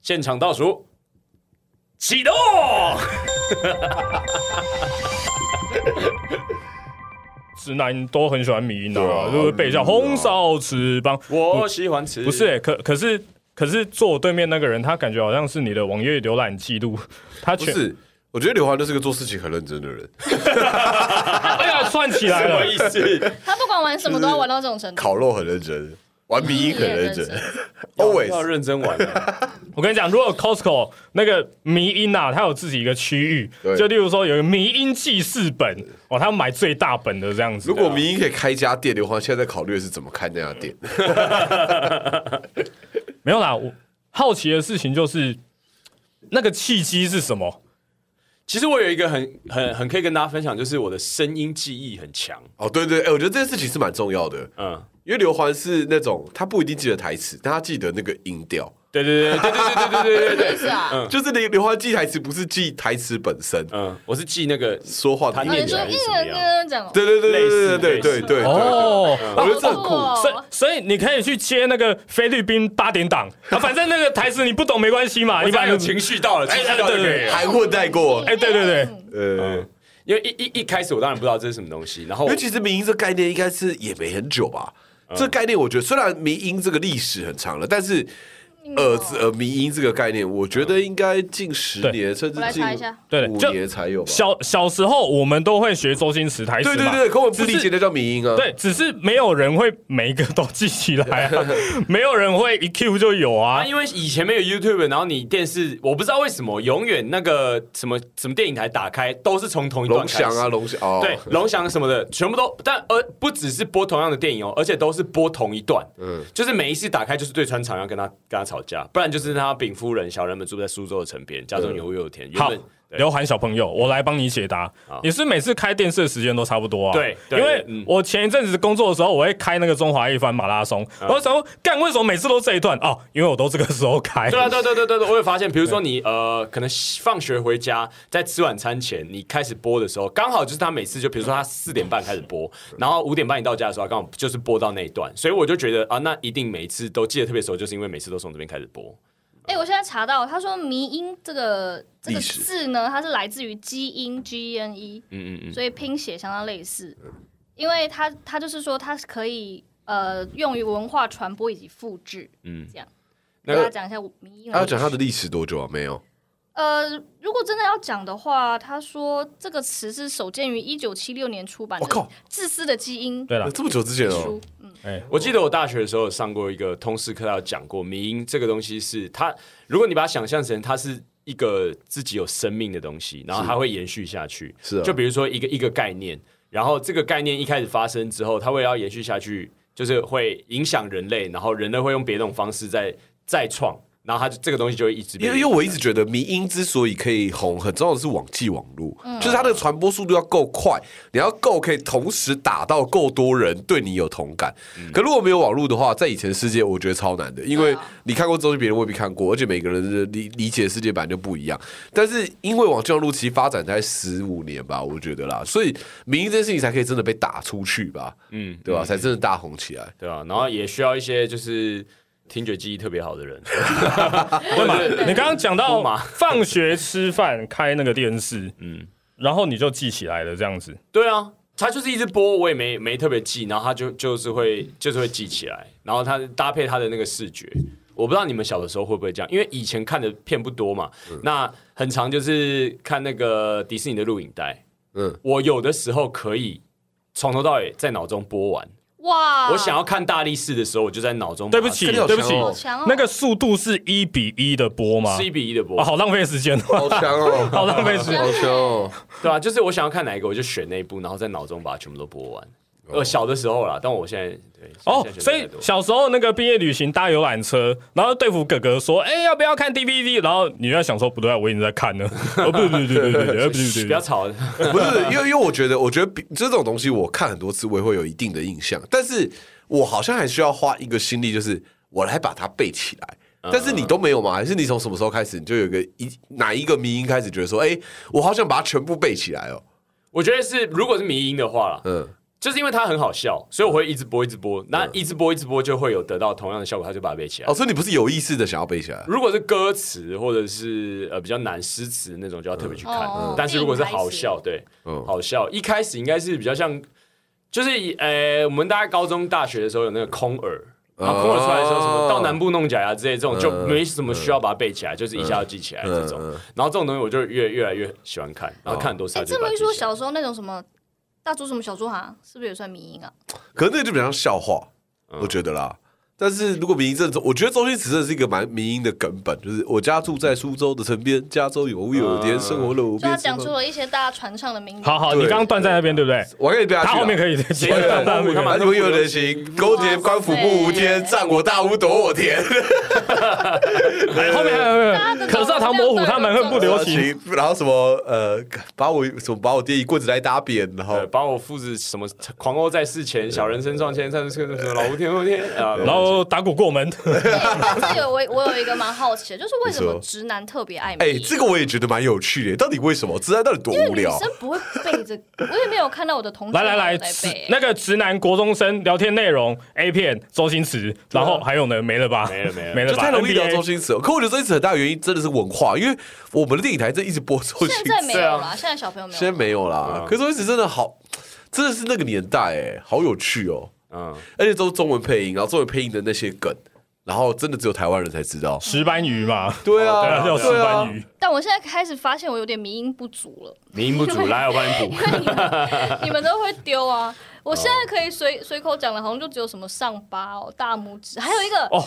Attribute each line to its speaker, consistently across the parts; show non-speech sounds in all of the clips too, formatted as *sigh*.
Speaker 1: 现场倒数，启动！
Speaker 2: 直男都很喜欢迷音的、
Speaker 3: 对啊
Speaker 2: 就是背一下
Speaker 3: 嗯
Speaker 2: 红烧翅膀。
Speaker 1: 我喜欢吃，
Speaker 2: 不是、欸可可是可是坐我对面那个人，他感觉好像是你的网页浏览记录， *laughs* 他
Speaker 3: 不
Speaker 2: 全
Speaker 3: 是，我觉得刘华就是个做事情很认真的人，
Speaker 2: 哎呀算起来
Speaker 1: 什么
Speaker 2: 了。
Speaker 1: 意思？
Speaker 4: 他不管玩什么都要玩到这种程度，
Speaker 3: 烤肉很认真，玩迷音很认真
Speaker 4: 也认
Speaker 1: 要
Speaker 3: ，always。
Speaker 1: 认真玩啊，
Speaker 2: 我跟你讲，如果 Costco 那个迷音啊，它有自己一个区域，
Speaker 3: 对
Speaker 2: 就例如说有一个迷音记事本，哦，他买最大本的这样子。
Speaker 3: 如果迷音可以开一家店，刘华现在在考虑的是怎么开那家店。
Speaker 2: 没有啦，我好奇的事情就是那个契机是什么？
Speaker 1: *laughs* 其实我有一个很很很可以跟大家分享，就是我的声音记忆很强。
Speaker 3: 哦，对对，哎，我觉得这件事情是蛮重要的，
Speaker 1: 嗯，
Speaker 3: 因为刘欢是那种他不一定记得台词，但他记得那个音调。
Speaker 1: 对对对对对对对对对对对。
Speaker 4: 是啊。
Speaker 3: 就是刘刘欢记台词，不是记台词本身，
Speaker 1: *laughs* 嗯，我是记那个
Speaker 3: 说话的
Speaker 1: 他
Speaker 4: 哦，
Speaker 3: 音
Speaker 1: 念
Speaker 4: 你
Speaker 1: 起
Speaker 4: 说
Speaker 1: 来是
Speaker 3: 调。
Speaker 4: 一
Speaker 1: 怎么
Speaker 4: 人
Speaker 1: 样？
Speaker 4: 跟讲哦，
Speaker 3: 对对对
Speaker 1: 类似
Speaker 3: 对对对
Speaker 1: 类似
Speaker 3: 对对。
Speaker 2: 哦，
Speaker 3: 我觉得这很酷
Speaker 4: 好
Speaker 2: 所
Speaker 4: 酷
Speaker 2: 以
Speaker 4: 哦
Speaker 2: 所以你可以去接那个菲律宾八点档，啊，反正那个台词你不懂没关系嘛，
Speaker 1: 你
Speaker 2: 你把
Speaker 1: 把有
Speaker 2: 你
Speaker 1: 情绪到了，情绪到就可以了。
Speaker 3: 含混带过，
Speaker 2: 哎对对对
Speaker 4: 嗯
Speaker 3: 呃，
Speaker 1: 因为一一一开始我当然不知道这是什么东西，然后
Speaker 2: 哦
Speaker 3: 因为其实民音这概念应该是也没很久吧。
Speaker 2: 嗯
Speaker 3: 这概念我觉得虽然民音这个历史很长了，但是呃呃民音这个概念，我觉得应该近十年甚至
Speaker 4: 我来
Speaker 3: 近
Speaker 4: 查一下
Speaker 2: 嗯对
Speaker 3: 五
Speaker 2: 就
Speaker 3: 年才有吧。
Speaker 2: 小小时候我们都会学周星驰台词嘛，
Speaker 3: 对对对，可我不
Speaker 2: 只是
Speaker 3: 理解那叫民音啊。
Speaker 2: 对，只是没有人会每一个都记起来
Speaker 3: *laughs*
Speaker 2: 啊，没有人会一 Q 就有啊
Speaker 1: 啊，。因为以前没有 YouTube，然后你电视，我不知道为什么永远那个什么什么电影台打开都是从同一段
Speaker 3: 龙
Speaker 1: 开
Speaker 3: 翔
Speaker 1: 始
Speaker 3: 啊，。龙翔哦，
Speaker 1: 对，龙翔什么的，全部都，但而不只是播同样的电影哦，而且都是播同一段，嗯，就是每一次打开就是对穿长要跟他跟他吵架，不然就是他禀夫人小人们住在苏州的城边，家中有屋有田，原
Speaker 2: 好
Speaker 1: 本，对
Speaker 2: 刘涵小朋友，我来帮你解答。你是每次开电视的时间都差不多啊？
Speaker 1: 对对
Speaker 2: 因为
Speaker 1: 嗯
Speaker 2: 我前一阵子工作的时候，我会开那个中华一番马拉松，
Speaker 3: 嗯
Speaker 2: 我就想说，干为什么每次都这一段？哦，因为我都这个时候开。
Speaker 1: 对啊，对对对对对，我有发现，比如说你呃，可能放学回家，在吃晚餐前，你开始播的时候，刚好就是他每次就比如说他四点半开始播，然后五点半你到家的时候，他刚好就是播到那一段，所以我就觉得啊，那一定每一次都记得特别熟，就是因为每次都从这边开始播。
Speaker 4: 哎、我现在查到，他说“迷音”这个这个
Speaker 3: 历史
Speaker 4: 字呢，它是来自于基因 G E N E，
Speaker 1: 嗯嗯嗯，
Speaker 4: 所以拼写相当类似。因为它它就是说它是可以呃用于文化传播以及复制，嗯，这样。
Speaker 3: 那
Speaker 4: 那
Speaker 3: 个
Speaker 4: 大家讲一下迷音。
Speaker 3: 他要讲他的历史多久啊？没有，
Speaker 4: 呃，如果真的要讲的话，他说这个词是首见于一九七六年出版的
Speaker 3: 我靠
Speaker 4: 《自私的基因》
Speaker 2: 对了，
Speaker 3: 这么久之前哦
Speaker 4: 书，，
Speaker 1: 我记得我大学的时候有上过一个通识课，他有讲过，迷音这个东西是它，如果你把它想象成它是一个自己有生命的东西，然后它会延续下去。
Speaker 3: 是啊
Speaker 1: 就比如说一个一个概念，然后这个概念一开始发生之后，它会要延续下去，就是会影响人类，然后人类会用别的种方式再再创，然后它就这个东西就会一直被
Speaker 3: 因为因为我一直觉得迷音之所以可以红，很重要的是网际网络，就是它的传播速度要够快，你要够可以同时打到够多人对你有同感。可如果没有网络的话，在以前世界我觉得超难的，因为你看过之后，别人未必看过，而且每个人的理理解世界版就不一样。但是因为网际网络其实发展才十五年吧，我觉得啦，所以迷音这件事情才可以真的被打出去吧，嗯，对吧？才真的大红起来。
Speaker 1: 对啊，然后也需要一些就是听觉记忆特别好的人，
Speaker 2: 对嘛？你刚刚讲到
Speaker 1: 哭嘛
Speaker 2: 放学吃饭开那个电视，嗯，然后你就记起来了这样子。
Speaker 1: 对啊，他就是一直播，我也没没特别记，然后他就就是会就是会记起来，然后他搭配他的那个视觉。我不知道你们小的时候会不会这样，因为以前看的片不多嘛，
Speaker 2: 嗯
Speaker 1: 那很长就是看那个迪士尼的录影带。嗯
Speaker 3: 嗯，
Speaker 1: 我有的时候可以从头到尾在脑中播完。
Speaker 4: 哇！
Speaker 1: 我想要看大力士的时候，我就在脑中把
Speaker 2: 对
Speaker 1: 它。
Speaker 2: 不起，
Speaker 3: 这个好
Speaker 2: 对不起
Speaker 3: 强哦
Speaker 4: 好强哦，
Speaker 2: 那个速度是一比一的播吗
Speaker 1: 是？一比一的播，
Speaker 2: 啊，好浪费时间哦，
Speaker 3: 好强哦， *laughs*
Speaker 2: 好浪费时间。
Speaker 3: 好强哦！
Speaker 1: 对啊，就是我想要看哪一个，我就选那一部，然后在脑中把它全部都播完。呃，小的时候啦，但我现在对
Speaker 2: 哦
Speaker 1: 现在，选择
Speaker 2: 所以
Speaker 1: 太多
Speaker 2: 小时候那个毕业旅行搭游览车，然后对付哥哥说：“哎、要不要看 DVD？” 然后你就在想说：“不对啊，我已经在看了。”哦，不对对对对对，不对对
Speaker 1: 不要
Speaker 2: 对，
Speaker 1: 吵。
Speaker 3: *laughs* 不是，因为因为我觉得，我觉得比这种东西我看很多次，我也会有一定的印象，但是我好像还需要花一个心力，就是我来把它背起来。
Speaker 2: 嗯
Speaker 3: 但是你都没有吗？还是你从什么时候开始，你就有一个一哪一个迷音开始觉得说，哎、我好想把它全部背起来哦。
Speaker 1: 我觉得是，如果是迷音的话啦，
Speaker 3: 嗯，
Speaker 1: 就是因为它很好笑，所以我会一直播，一直播。那一直播，一直播就会有得到同样的效果，它就把它背起来
Speaker 3: 哦，。所以你不是有意识的想要背起来，
Speaker 2: 嗯
Speaker 1: 如果是歌词或者是呃比较难诗词那种，就要特别去看。
Speaker 4: 嗯
Speaker 1: 但是如果是好笑，对，
Speaker 3: 嗯
Speaker 1: 好笑，一开始应该是比较像，就是呃，我们大概高中、大学的时候有那个空耳。啊然后空耳出来的时候，什么
Speaker 3: 哦
Speaker 1: 到南部弄假牙之类，这种就
Speaker 3: 嗯
Speaker 1: 没什么需要把它背起来，就是一下就记起来这种
Speaker 3: 嗯嗯。
Speaker 1: 然后这种东西我就越越来越喜欢看，然后看很多次
Speaker 4: 哎，
Speaker 1: 它就
Speaker 4: 这
Speaker 1: 把它
Speaker 4: 么一
Speaker 1: 记起来。
Speaker 4: 说，小时候那种什么大猪什么小猪哈，是不是也算迷音啊？
Speaker 3: 可是那就比较像笑话，
Speaker 2: 嗯
Speaker 3: 我觉得啦。但是如果民音这种，我觉得周星驰真的是一个蛮民音的根本，就是我家住在苏州的城边，加州有屋有田，生活路
Speaker 4: 就他
Speaker 3: 边。
Speaker 4: 讲出了一些大家传唱的名字。
Speaker 2: 好好，你
Speaker 3: 对
Speaker 2: 刚刚断在那边对不对？
Speaker 3: 我跟你不要去啊
Speaker 2: 他
Speaker 3: 了
Speaker 2: 后面可以再
Speaker 1: 谁
Speaker 2: 接
Speaker 1: 对
Speaker 2: 断在那边
Speaker 1: 他
Speaker 3: 啊，
Speaker 1: 们
Speaker 3: 你们有人行，勾结官府不无天，占我大屋夺我田。
Speaker 2: 后面还有
Speaker 4: 大家
Speaker 2: 没有？
Speaker 4: 的
Speaker 2: 可是唐伯虎他们恨不留情。
Speaker 3: 行， *laughs* 然后什么呃，把我什么把我爹一棍子来打扁，然后
Speaker 1: 对，把我父子什么狂殴在世前，小人身撞前，三十什么老无天后天啊，
Speaker 2: 然后打鼓过门，
Speaker 4: 哎但是有我我有一个蛮好奇的，就是为什
Speaker 3: 你
Speaker 4: 么
Speaker 3: 说
Speaker 4: 直男特别爱迷
Speaker 3: 哎、
Speaker 4: 音？
Speaker 3: 这个我也觉得蛮有趣的，到底为什么？直男到底多
Speaker 4: 因为
Speaker 3: 无
Speaker 4: 女
Speaker 3: 聊？
Speaker 4: 生不会背这个，我也没有看到我的同
Speaker 2: *laughs*
Speaker 4: 学
Speaker 2: 来来来，
Speaker 4: 在欸
Speaker 2: 直
Speaker 4: 背。
Speaker 2: 那个直男国中生聊天内容 A 片周星驰，然后还有呢，没了吧？
Speaker 1: 没了没了
Speaker 2: *laughs* 没了
Speaker 3: 就
Speaker 2: 吧？
Speaker 3: 太容易聊
Speaker 2: NBA
Speaker 3: 周星驰了。可我觉得周星驰很大原因真的是文化，因为我们的电影台这一直播周星
Speaker 4: 现
Speaker 3: 驰
Speaker 4: 在，没有
Speaker 1: 对啊
Speaker 4: 啦，现在小朋友没有。
Speaker 3: 现在没有啦。
Speaker 1: 嗯
Speaker 3: 可是周星驰真的好，真的是那个年代哎、好有趣哦，
Speaker 1: 嗯，
Speaker 3: 而且都是中文配音，然后中文配音的那些梗，然后真的只有台湾人才知道。
Speaker 2: 石斑鱼嘛，
Speaker 3: 对啊，
Speaker 2: 对啊， *laughs* 叫石
Speaker 3: 对啊
Speaker 2: 斑，鱼。
Speaker 4: 但我现在开始发现我有点迷音不足了，
Speaker 1: *laughs* 民不足，来我帮你补。
Speaker 4: 你们都会丢啊。我现在可以随随口讲的，好像就只有什么上巴哦、大拇指，还有一个
Speaker 2: 哦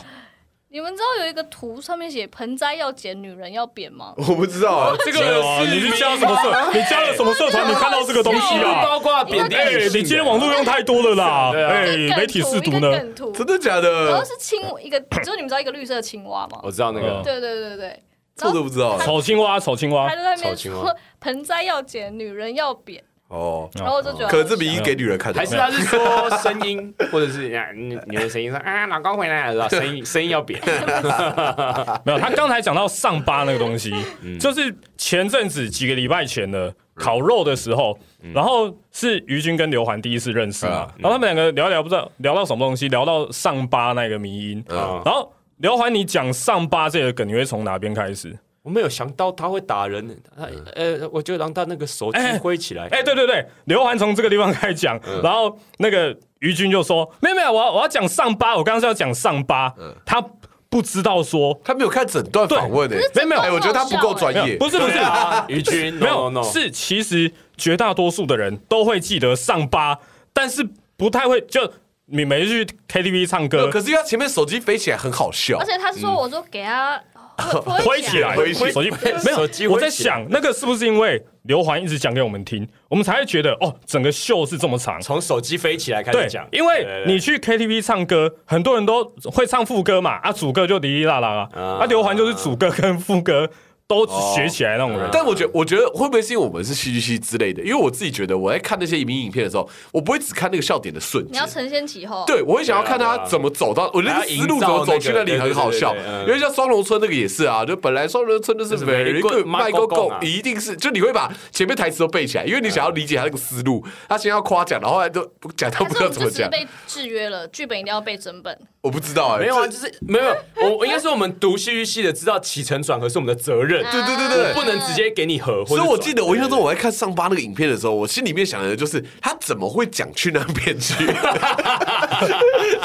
Speaker 4: 你们知道有一个图上面写盆栽要剪，女人要扁吗？
Speaker 3: 我不知道啊。
Speaker 1: 这
Speaker 2: 没有啊，你是加了什么社？你加了什么社团？你看到这个东西
Speaker 1: 不
Speaker 2: 啊？
Speaker 1: 包括贬低
Speaker 2: 哎，
Speaker 1: 性
Speaker 2: 你今天网络用太多了啦！
Speaker 1: 啊
Speaker 2: *laughs* 哎，
Speaker 4: 一个梗
Speaker 2: 媒体
Speaker 4: 图
Speaker 2: 试
Speaker 4: 一
Speaker 2: 读
Speaker 4: 个
Speaker 2: 呢？
Speaker 4: 梗图，
Speaker 3: 真的假
Speaker 4: 然后
Speaker 3: 的？
Speaker 4: 是青一个，就是你们知道一个绿色的青蛙吗
Speaker 1: 我？知道那个
Speaker 2: 嗯
Speaker 4: 对对对对，
Speaker 3: 这我都不知道
Speaker 2: 丑青蛙，丑青蛙
Speaker 4: 他，就在那边
Speaker 1: 草青蛙
Speaker 4: 说盆栽要剪，女人要扁，
Speaker 3: 哦。
Speaker 2: 哦
Speaker 4: 然后我就觉得
Speaker 3: 可能这比给女人看的
Speaker 1: 还是他是说声音，或者是啊你你的声音说啊老公回来了，声音声音要扁，
Speaker 2: 没有。他刚才讲到上巴那个东西，
Speaker 1: 嗯
Speaker 2: 就是前阵子几个礼拜前的烤肉的时候，
Speaker 1: 嗯
Speaker 2: 然后是于军跟刘环第一次认识嘛，
Speaker 1: 啊
Speaker 2: 然后他们两个聊一聊，不知道聊到什么东西，聊到上巴那个迷音，
Speaker 1: 嗯
Speaker 2: 然后刘环，你讲上巴这个梗，你会从哪边开始？
Speaker 1: 我没有想到他会打人，他呃，我就让他那个手指挥起来，
Speaker 2: 哎、对对对，刘涵从这个地方开始讲，
Speaker 1: 嗯
Speaker 2: 然后那个于军就说：“没有没有，我要我要讲上巴，我刚刚是要讲上巴。
Speaker 1: 嗯
Speaker 2: 他不知道说，
Speaker 3: 他没有看整段访问诶、
Speaker 2: 没有没有
Speaker 3: 哎、我觉得他不
Speaker 4: 欸
Speaker 3: 够专
Speaker 2: 没
Speaker 3: 业
Speaker 2: 有，。不是不是，
Speaker 1: 对啊，于军
Speaker 2: 没
Speaker 1: no
Speaker 2: 有
Speaker 1: no，
Speaker 2: 是其实绝大多数的人都会记得上巴，但是不太会就你每次去 KTV 唱歌，
Speaker 3: 可是因为他前面手机飞起来很好笑
Speaker 4: 而，且他
Speaker 3: 嗯
Speaker 4: 说我说
Speaker 3: *laughs*
Speaker 4: 给他挥
Speaker 2: 挥起来，
Speaker 3: 挥起来
Speaker 2: 手机 *laughs* 没
Speaker 1: 手机
Speaker 2: 有。
Speaker 1: 挥
Speaker 2: 我在
Speaker 1: 起来
Speaker 2: 想，那个是不是因为刘环一直讲给我们听，我们才会觉得哦，整个秀是这么长。
Speaker 1: 从手机飞起来开
Speaker 2: 对
Speaker 1: 始讲，，
Speaker 2: 因为你去 KTV 唱歌，很多人都会唱副歌嘛，啊，主歌就哩哩啦啦啊，
Speaker 1: 啊
Speaker 2: 啊，刘环就是主歌跟副歌都学起来那种人。
Speaker 3: 但我觉得，我觉得会不会是因为我们是戏剧系之类的？因为我自己觉得，我在看那些移民影片的时候，我不会只看那个笑点的瞬
Speaker 4: 你
Speaker 3: 间
Speaker 4: 要。承先启后。
Speaker 3: 对，我会想要看
Speaker 1: 对啊对
Speaker 3: 他
Speaker 1: 啊
Speaker 3: 怎么走到，我觉得那个思路怎么走去那里很好笑
Speaker 1: 还要营造那。个对对对对对嗯
Speaker 3: 因为像双龙村那个也是啊，就本来双龙村就是
Speaker 1: 就是 very
Speaker 3: very
Speaker 1: good
Speaker 3: good
Speaker 1: 麦
Speaker 3: 麦
Speaker 1: 公
Speaker 3: 公
Speaker 1: 公
Speaker 3: 公
Speaker 1: 啊，
Speaker 3: 一定是就你会把前面台词都背起来，因为你想要理解他那个思路。他先要夸奖，然后后来就讲到
Speaker 4: 还
Speaker 3: 不
Speaker 4: 是
Speaker 3: 知道
Speaker 4: 我们
Speaker 3: 怎
Speaker 4: 就
Speaker 3: 么
Speaker 4: 只是
Speaker 3: 讲，
Speaker 4: 被制约了，剧本一定要背
Speaker 3: *laughs*
Speaker 4: 整本。
Speaker 3: 我不知道哎，
Speaker 1: 没有啊，
Speaker 3: 这
Speaker 1: 就是没有，我我应该说我们读戏剧系的知道起承转合是我们的责任，
Speaker 4: 啊
Speaker 3: 对对对对
Speaker 1: 我不能直接给你合。
Speaker 3: 所以我记得，我
Speaker 1: 就
Speaker 3: 印象中我在看上巴那个影片的时候，我心里面想的就是他怎么会讲去那边
Speaker 4: *laughs*
Speaker 3: 去？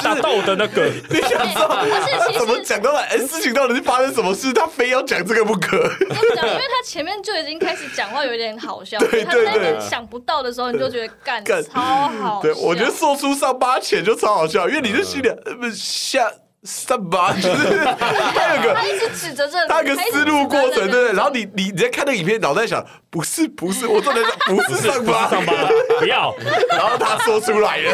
Speaker 2: 大豆的那个，
Speaker 3: 你想知道
Speaker 4: 而哎
Speaker 3: *laughs*
Speaker 4: 且其实
Speaker 3: 怎么讲到来？哎，事情到底是发生什么事？他非要讲这个不可。
Speaker 4: 我跟你讲，因为他前面就已经开始讲话有点好笑，
Speaker 3: *laughs* 对
Speaker 4: 他在那
Speaker 3: 对
Speaker 4: 边
Speaker 3: 对
Speaker 4: 想不到的时候，你就觉得干
Speaker 3: 干
Speaker 4: 超好笑。
Speaker 3: 对，我觉得说出上巴前就超好笑，因为你就心里呃不下上巴，就是他有个
Speaker 4: 他一直指着这里，
Speaker 3: 他有个
Speaker 4: 一直
Speaker 3: 思路过程，对不
Speaker 4: 指着那边
Speaker 3: 对？然后你你你在看那个影片，脑袋想不是不是，我真的不是上巴，
Speaker 2: 上巴不要，
Speaker 3: 然后他说出来了。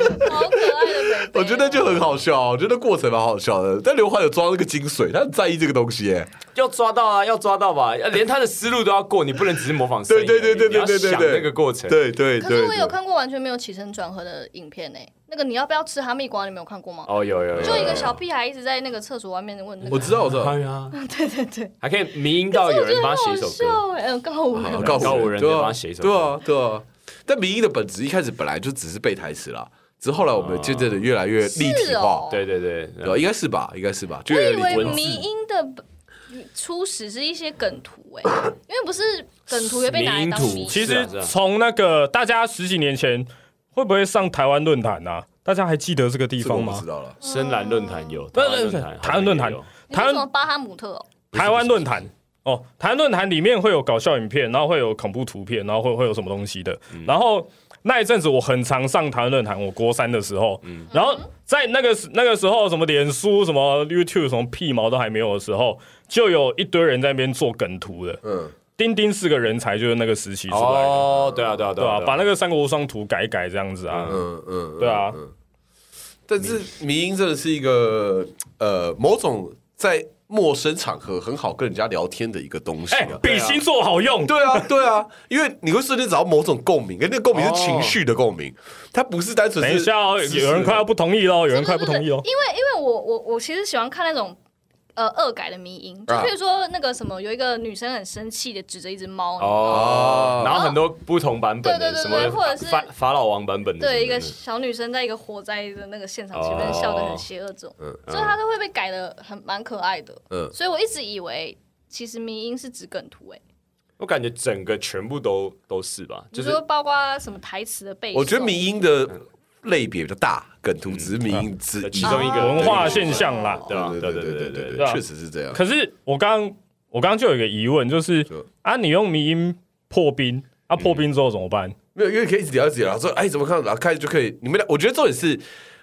Speaker 3: *laughs*
Speaker 4: 好可爱的北北，
Speaker 3: 我觉得就很好笑，我觉得过程蛮好笑的。但刘欢有抓那个精髓，他很在意这个东西耶。
Speaker 1: 要抓到啊，要抓到吧，连他的思路都要过，你不能只是模仿声音而已。
Speaker 3: 对对对对对对
Speaker 1: 你要想
Speaker 3: 对对
Speaker 1: 那个过程。
Speaker 3: 对对
Speaker 4: 可
Speaker 3: 对。
Speaker 4: 是我
Speaker 3: 对
Speaker 4: 有看过完全没有起承转合的影片呢、那个你要不要吃哈密瓜？你没有看过
Speaker 2: 呃
Speaker 4: 吗？
Speaker 1: 哦，有有有，
Speaker 4: 就一个小屁孩一直在那个厕所外面问那
Speaker 3: 我
Speaker 4: 个，
Speaker 3: 知道，我知道。
Speaker 1: 对啊，对
Speaker 4: *laughs*
Speaker 1: 对对，还可以迷音到有人帮他写一首
Speaker 4: 好
Speaker 1: 歌，
Speaker 4: 笑哎、欸，告诉我。
Speaker 3: 告 *laughs*
Speaker 1: 告五
Speaker 3: 五
Speaker 1: 人
Speaker 3: 对
Speaker 1: 就帮
Speaker 3: 啊
Speaker 1: 他写一首歌
Speaker 3: 对啊，对啊，但民意的本质一开始本来就只是背台词啦，只是后来我们渐渐的越来越立体
Speaker 4: 是
Speaker 3: 化
Speaker 4: 哦，
Speaker 2: 对对对，
Speaker 3: 对啊吧？应该是吧，应该是吧，就
Speaker 4: 我
Speaker 3: 越
Speaker 4: 以
Speaker 3: 来越立
Speaker 4: 为
Speaker 3: 体化。
Speaker 4: 迷音的初始是一些梗图哎、因为不是梗图也被拿来当迷
Speaker 2: 迷因
Speaker 4: 音
Speaker 2: 图
Speaker 5: 其
Speaker 2: 是啊
Speaker 5: 实
Speaker 2: 是啊
Speaker 5: 从那个大家十几年前会不会上台湾论坛啊？大家还记得这个地
Speaker 3: 这个
Speaker 5: 方
Speaker 3: 我不
Speaker 5: 吗
Speaker 3: 知？道了，
Speaker 2: 深蓝论坛有，
Speaker 5: 不
Speaker 2: 台
Speaker 5: 是
Speaker 2: 湾论坛，
Speaker 5: 台湾论坛
Speaker 2: 好像也有
Speaker 4: 你说
Speaker 5: 台
Speaker 4: 什么
Speaker 5: 湾
Speaker 4: 巴哈姆特哦，
Speaker 5: 台湾论坛哦，台湾论坛里面会有搞笑影片，然后会有恐怖图片，然后会会有什么东西的。然后那一阵子我很常上台湾论坛，我国三的时候，然后在那个时那个时候什么脸书、什么 YouTube、什么屁毛都还没有的时候，就有一堆人在那边做梗图的。
Speaker 3: 嗯，
Speaker 5: 丁丁是个人才，就是那个时期出来的。
Speaker 2: 哦，对啊对啊
Speaker 5: 对
Speaker 2: 对
Speaker 5: 啊，
Speaker 2: 啊，
Speaker 5: 把那个《三国无双》图改一改这样子啊，
Speaker 3: 嗯嗯，
Speaker 5: 对啊
Speaker 3: 嗯。嗯但是迷音真的是一个呃，某种在陌生场合很好跟人家聊天的一个东西
Speaker 5: 哎、
Speaker 3: 啊。
Speaker 5: 比星座好用，
Speaker 3: 对啊，对啊，因为你会瞬间找到某种共鸣，跟那个共鸣是情绪的共鸣，它不是单纯是。
Speaker 5: 等一下哦，有人快要不同意喽，有人快不同意喽哦
Speaker 4: 因。为因为我我我其实喜欢看那种。呃，恶改的迷音，就
Speaker 3: 啊
Speaker 4: 譬如说那个什么，有一个女生很生气的指着一只猫，
Speaker 2: 哦
Speaker 3: 哦，
Speaker 5: 啊
Speaker 2: 然后很多不同版本
Speaker 4: 对
Speaker 2: 的，
Speaker 4: 对对
Speaker 2: 什么
Speaker 4: 对或者是
Speaker 2: 法法老王版本的什么的，
Speaker 4: 对，一个小女生在一个火灾的那个现场前面笑得很邪恶这种，所以她都会被改的很蛮可爱的。
Speaker 3: 嗯
Speaker 4: 所以我一直以为其实迷音是指梗图、欸，哎，
Speaker 2: 我感觉整个全部都都是吧，
Speaker 4: 就
Speaker 2: 就是
Speaker 4: 是说包括什么台词的背诵，
Speaker 3: 我觉得迷音的类别比较大，梗图
Speaker 5: 嗯
Speaker 3: 只是迷音之一
Speaker 2: 其中一个
Speaker 5: 文化现象啦
Speaker 2: 对啊，
Speaker 3: 对
Speaker 2: 对
Speaker 3: 对对
Speaker 2: 对
Speaker 3: 对
Speaker 2: 对
Speaker 3: 对
Speaker 2: 对
Speaker 3: 对，
Speaker 5: 啊
Speaker 3: 确实是这样。
Speaker 5: 可是我刚我刚刚就有一个疑问，就是
Speaker 3: 就
Speaker 5: 啊，你用迷音破冰，啊破冰之后怎么办？
Speaker 3: 没有，因为可以一直聊一直聊，说哎怎么看，然后开始就可以。你们俩，我觉得重点是，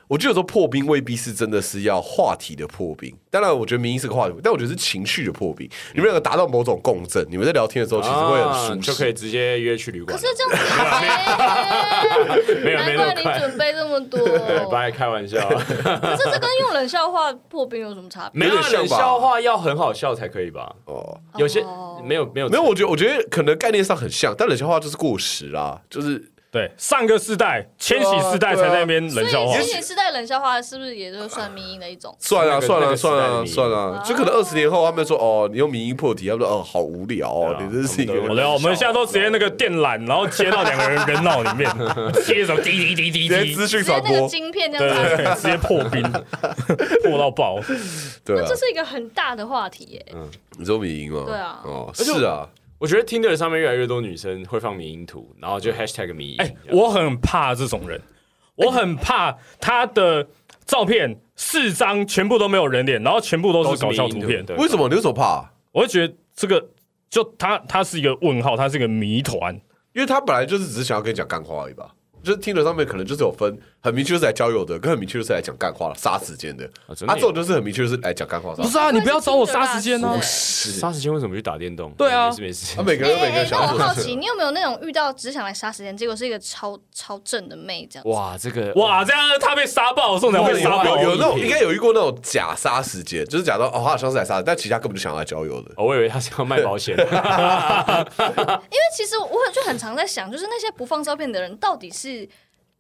Speaker 3: 我觉得有时候破冰未必是真的是要话题的破冰。当然，我觉得民意是个话题，但我觉得是情绪的破冰。你们两个达到某种共振，你们在聊天的时候其实会
Speaker 2: 啊
Speaker 3: 很舒
Speaker 2: 就
Speaker 3: 适。
Speaker 2: 可以直接约去旅
Speaker 4: 可
Speaker 2: 馆
Speaker 4: 是，这样子也
Speaker 2: 没有没那么
Speaker 4: 难怪你
Speaker 2: 快。
Speaker 4: 准备这么多。
Speaker 3: 哦
Speaker 2: 对，本来开玩
Speaker 3: *laughs*
Speaker 2: 笑，
Speaker 4: 可是这跟用冷笑话破冰有什么差别？
Speaker 2: 没有啊
Speaker 3: 有点像吧
Speaker 2: 冷笑话要很好笑才可以吧？
Speaker 3: 哦，
Speaker 2: 有些
Speaker 4: 哦
Speaker 2: 没有没有
Speaker 3: 没有，我觉得我觉得可能概念上很像，但冷笑话就是过时啦，就是
Speaker 5: 对，上个世代千禧世代才在那边冷笑话
Speaker 4: 所以，千禧世代冷笑话是不是也就是算迷音的一种？
Speaker 3: 算
Speaker 2: 那
Speaker 3: 了
Speaker 2: 个
Speaker 3: 算
Speaker 2: 那
Speaker 3: 了
Speaker 2: 个时代
Speaker 3: 算
Speaker 2: 的
Speaker 3: 了
Speaker 2: 迷
Speaker 3: 算了，就可能二十年后他们说哦，你用民音破题，他们说哦好无聊
Speaker 2: 对
Speaker 3: 哦，
Speaker 2: 啊
Speaker 3: 你真是一个
Speaker 2: 他们都
Speaker 5: 好的，我们现在都直接那个电缆，然后接到两个人人脑里面， *laughs* 接着滴滴滴滴
Speaker 3: 直接
Speaker 5: 滴，
Speaker 3: 资讯
Speaker 4: *laughs* 直接
Speaker 3: 传
Speaker 4: 那个
Speaker 3: 播，
Speaker 4: 晶片这
Speaker 5: 对
Speaker 4: 样 *laughs*
Speaker 5: 对
Speaker 4: 子，
Speaker 5: 对，直接破冰， *laughs* 破到爆。
Speaker 3: 对啊
Speaker 4: 这，是一个很大的话题耶。
Speaker 3: 你说民音吗？
Speaker 4: 对啊
Speaker 3: 哦
Speaker 2: 而且我
Speaker 3: 是啊，
Speaker 2: 我觉得 Tinder 上面越来越多女生会放迷音图，然后
Speaker 3: 嗯
Speaker 2: 就 hashtag 迷音。
Speaker 5: 哎、我很怕这种人，我很怕他的照片四张全部都没有人脸，然后全部都
Speaker 2: 都
Speaker 5: 是搞笑图片，
Speaker 2: 啊
Speaker 3: 为什么你为什么怕？
Speaker 5: 我会觉得这个就他他是一个问号，他是一个谜团。
Speaker 3: 因为他本来就是只是想要跟你讲干话而已吧。就是听着上面可能就是有分，很明确是来交友的，跟很明确就是来讲干话、杀时间的。
Speaker 2: 啊
Speaker 3: 啊，
Speaker 2: 真的耶
Speaker 3: 这种就是很明确就是来讲干话、杀
Speaker 5: 不是啊，
Speaker 4: 因为
Speaker 5: 你不要找我杀时
Speaker 4: 是
Speaker 5: 间
Speaker 4: 真的
Speaker 5: 啊
Speaker 4: 啦！
Speaker 3: 是
Speaker 2: 杀时间为什么去打电动？
Speaker 5: 对啊
Speaker 2: 没事没事 *laughs*
Speaker 3: 啊，。每个人有每个人想
Speaker 4: 哎那
Speaker 3: 要
Speaker 4: 我好
Speaker 3: 做的
Speaker 4: 奇，
Speaker 3: 事。
Speaker 4: 你有没有那种遇到只想来杀时间，结果是一个超超正的妹这样？
Speaker 2: 哇，这个
Speaker 5: 哇，这样他被杀爆，宋
Speaker 2: 有
Speaker 5: 长
Speaker 2: 没
Speaker 5: 被
Speaker 2: 有
Speaker 5: 杀
Speaker 2: 哇
Speaker 5: 爆
Speaker 3: 有有那种
Speaker 2: 一
Speaker 3: 应该有遇过那种假杀时间，就是假装哦，他好像是来杀的，但其实他根本就想要来交友的。
Speaker 2: 哦我以为他是要卖保险，
Speaker 3: *laughs*
Speaker 4: 因为其实我就很常在想，就是那些不放照片的人到底是，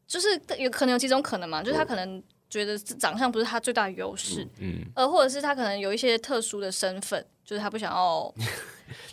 Speaker 4: 就是有可能有几种可能嘛，就是他可能觉得长相不是他最大的优势，嗯，呃，或者是他可能有一些特殊的身份，就是他不想要，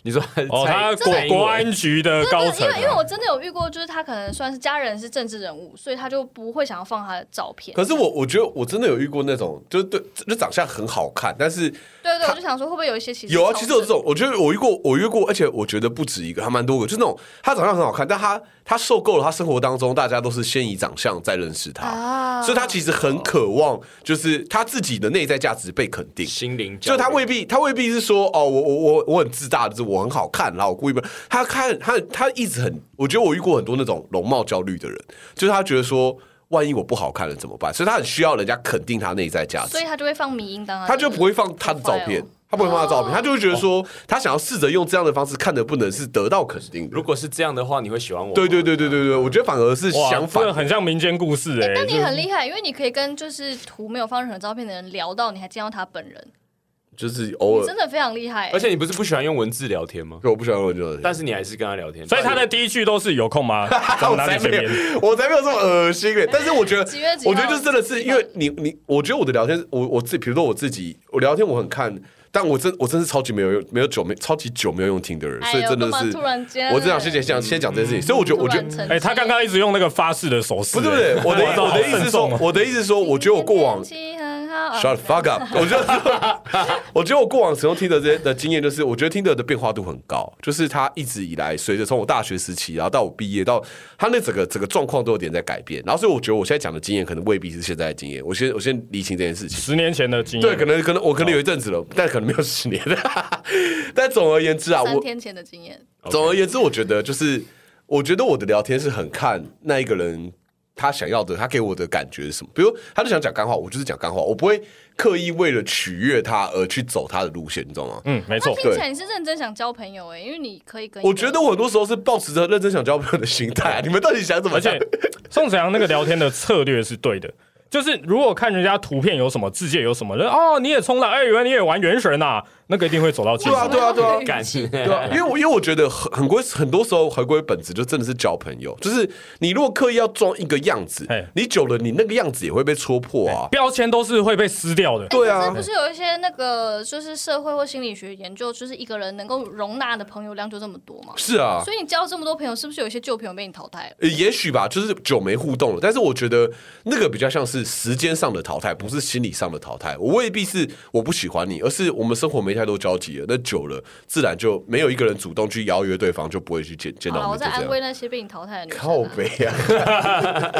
Speaker 2: 你说他是
Speaker 5: 哦，他
Speaker 2: 蔡
Speaker 5: 国
Speaker 2: 蔡英文
Speaker 5: 国安局的高层
Speaker 4: 因
Speaker 5: 啊、
Speaker 4: 为因为我真的有遇过，就是他可能算是家人是政治人物，所以他就不会想要放他的照片。
Speaker 3: 可是我我觉得我真的有遇过那种，就是对，就长相很好看，但是
Speaker 4: 对对，我就想说会不会有一些其实
Speaker 3: 有啊，
Speaker 4: 超
Speaker 3: 其实有这
Speaker 4: 正
Speaker 3: 种，我觉得我遇过，我遇过，而且我觉得不止一个，还蛮多个，就是那种他长相很好看，但他他受够了他生活当中大家都是先以长相在认识他，
Speaker 4: 啊
Speaker 3: 所以他其实很渴望，就是他自己的内在价值被肯定。
Speaker 2: 心灵交流，
Speaker 3: 就他未必，他未必是说哦，我我我我很自大，就是我很好看，然后我故意不。他看他他一直很，我觉得我遇过很多那种容貌焦虑的人，就是他觉得说，万一我不好看了怎么办？所以他很需要人家肯定他内在价值
Speaker 4: 所以。他就会放迷音当
Speaker 3: 他就不会放他的照片，他不会放他的
Speaker 4: 哦
Speaker 3: 照片，他就会觉得说，他想要试着用这样的方式看的不能是得到肯定的。
Speaker 2: 如果是这样的话，你会喜欢我吗？
Speaker 3: 对对对对对对，我觉得反而是
Speaker 5: 哇
Speaker 3: 相反
Speaker 5: 这个，很像民间故事哎、
Speaker 4: 但
Speaker 5: 就
Speaker 4: 你很厉害，因为你可以跟就是图没有放任何照片的人聊到，你还见到他本人，
Speaker 3: 就是偶
Speaker 4: 你
Speaker 3: 尔
Speaker 4: 真。的非常厉害、欸。
Speaker 2: 而且你不是不喜欢用文字聊天吗？
Speaker 3: 对，我不喜欢我就是，
Speaker 2: 但是你还是跟他聊天，
Speaker 5: 所以他的第一句都是有
Speaker 3: *laughs*
Speaker 5: 空吗？
Speaker 3: 我
Speaker 5: 长哪
Speaker 3: 才
Speaker 5: 里见
Speaker 3: 没
Speaker 5: 面？
Speaker 3: 有，我才没有这么恶心嘞。但是我觉得
Speaker 4: 几月几，号
Speaker 3: 我觉得就真的是因为你你，我觉得我的聊天，我我自己，比如说我自己，我聊天我很看但我真我真是超级没有用，没有久没超级久没有用听的人，
Speaker 4: 哎呦
Speaker 3: 所以真的
Speaker 4: 干
Speaker 3: 是
Speaker 4: 嘛突然间嗯
Speaker 3: 我只想先讲先先讲这件事情，所以我觉得我觉得
Speaker 4: 突然成
Speaker 5: 哎、他刚刚一直用那个发誓的手势、
Speaker 3: 不对不对，
Speaker 4: *laughs*
Speaker 5: 哎
Speaker 3: 我的
Speaker 5: 哇
Speaker 3: 我的意思是说，
Speaker 5: 好慎重哦
Speaker 3: 我的意思是说，我觉得我过往
Speaker 4: 今天天气很好
Speaker 3: Shut the fuck up！我觉得， *laughs* 我觉得我过往使用 Tinder 这些的经验就是，我觉得 Tinder 的变化度很高，就是它一直以来随着从我大学时期，然后到我毕业，到它那整个整个状况都有点在改变。然后所以我觉得我现在讲的经验可能未必是现在的经验。我先我先理清这件事情。
Speaker 5: 十年前的经验，
Speaker 3: 对，可能可能我可能有一阵子了，但可能没有十年。 *laughs* 但总而言之啊，
Speaker 4: 三
Speaker 3: 我
Speaker 4: 天前的经验，
Speaker 3: 总而言之，我觉得就是，我觉得我的聊天是很看那一个人他想要的，他给我的感觉是什么。比如他就想讲干话，我就是讲干话，我不会刻意为了取悦他而去走他的路线，你知道吗？
Speaker 5: 嗯，没错
Speaker 4: 那，听起来你是认真想交朋友哎、因为你可以跟一个
Speaker 3: 我觉得我很多时候是抱持着认真想交朋友的心
Speaker 5: *laughs*
Speaker 3: 态、啊你们到底想怎么
Speaker 5: 而
Speaker 3: 讲？
Speaker 5: 且宋子阳那个聊天的策略是对的，就是如果看人家图片有什么，字界有什么，就哦，你也冲浪，哎、原来你也玩原神呐、啊那个一定会走到尽
Speaker 3: 对啊，
Speaker 5: 头。
Speaker 3: 对啊，对啊，
Speaker 2: 感
Speaker 3: 对啊，因为我因为我觉得很很归很多时候回归本质，就真的是交朋友。就是你如果刻意要装一个样子
Speaker 5: 哎，
Speaker 3: 你久了你那个样子也会被戳破啊。
Speaker 5: 标签都是会被撕掉
Speaker 3: *laughs*
Speaker 5: 的。
Speaker 3: 对啊
Speaker 4: 可是不是有一些那个就是社会或心理学研究，就是一个人能够容纳的朋友量就这么多嘛？
Speaker 3: 是啊，
Speaker 4: 所以你交了这么多朋友，是不是有一些旧朋友被你淘汰了？
Speaker 3: 呃也许吧，就是久没互动了。但是我觉得那个比较像是时间上的淘汰，不是心理上的淘汰。我未必是我不喜欢你，而是我们生活没太多交集了。那久了，自然就没有一个人主动去邀约对方，就不会去见见
Speaker 4: 好
Speaker 3: 到面。
Speaker 4: 了，我
Speaker 3: 就
Speaker 4: 在
Speaker 3: 这
Speaker 4: 安
Speaker 3: 样。
Speaker 4: 慰那些被你淘汰的女
Speaker 3: 靠
Speaker 4: 生、啊。
Speaker 3: 北啊！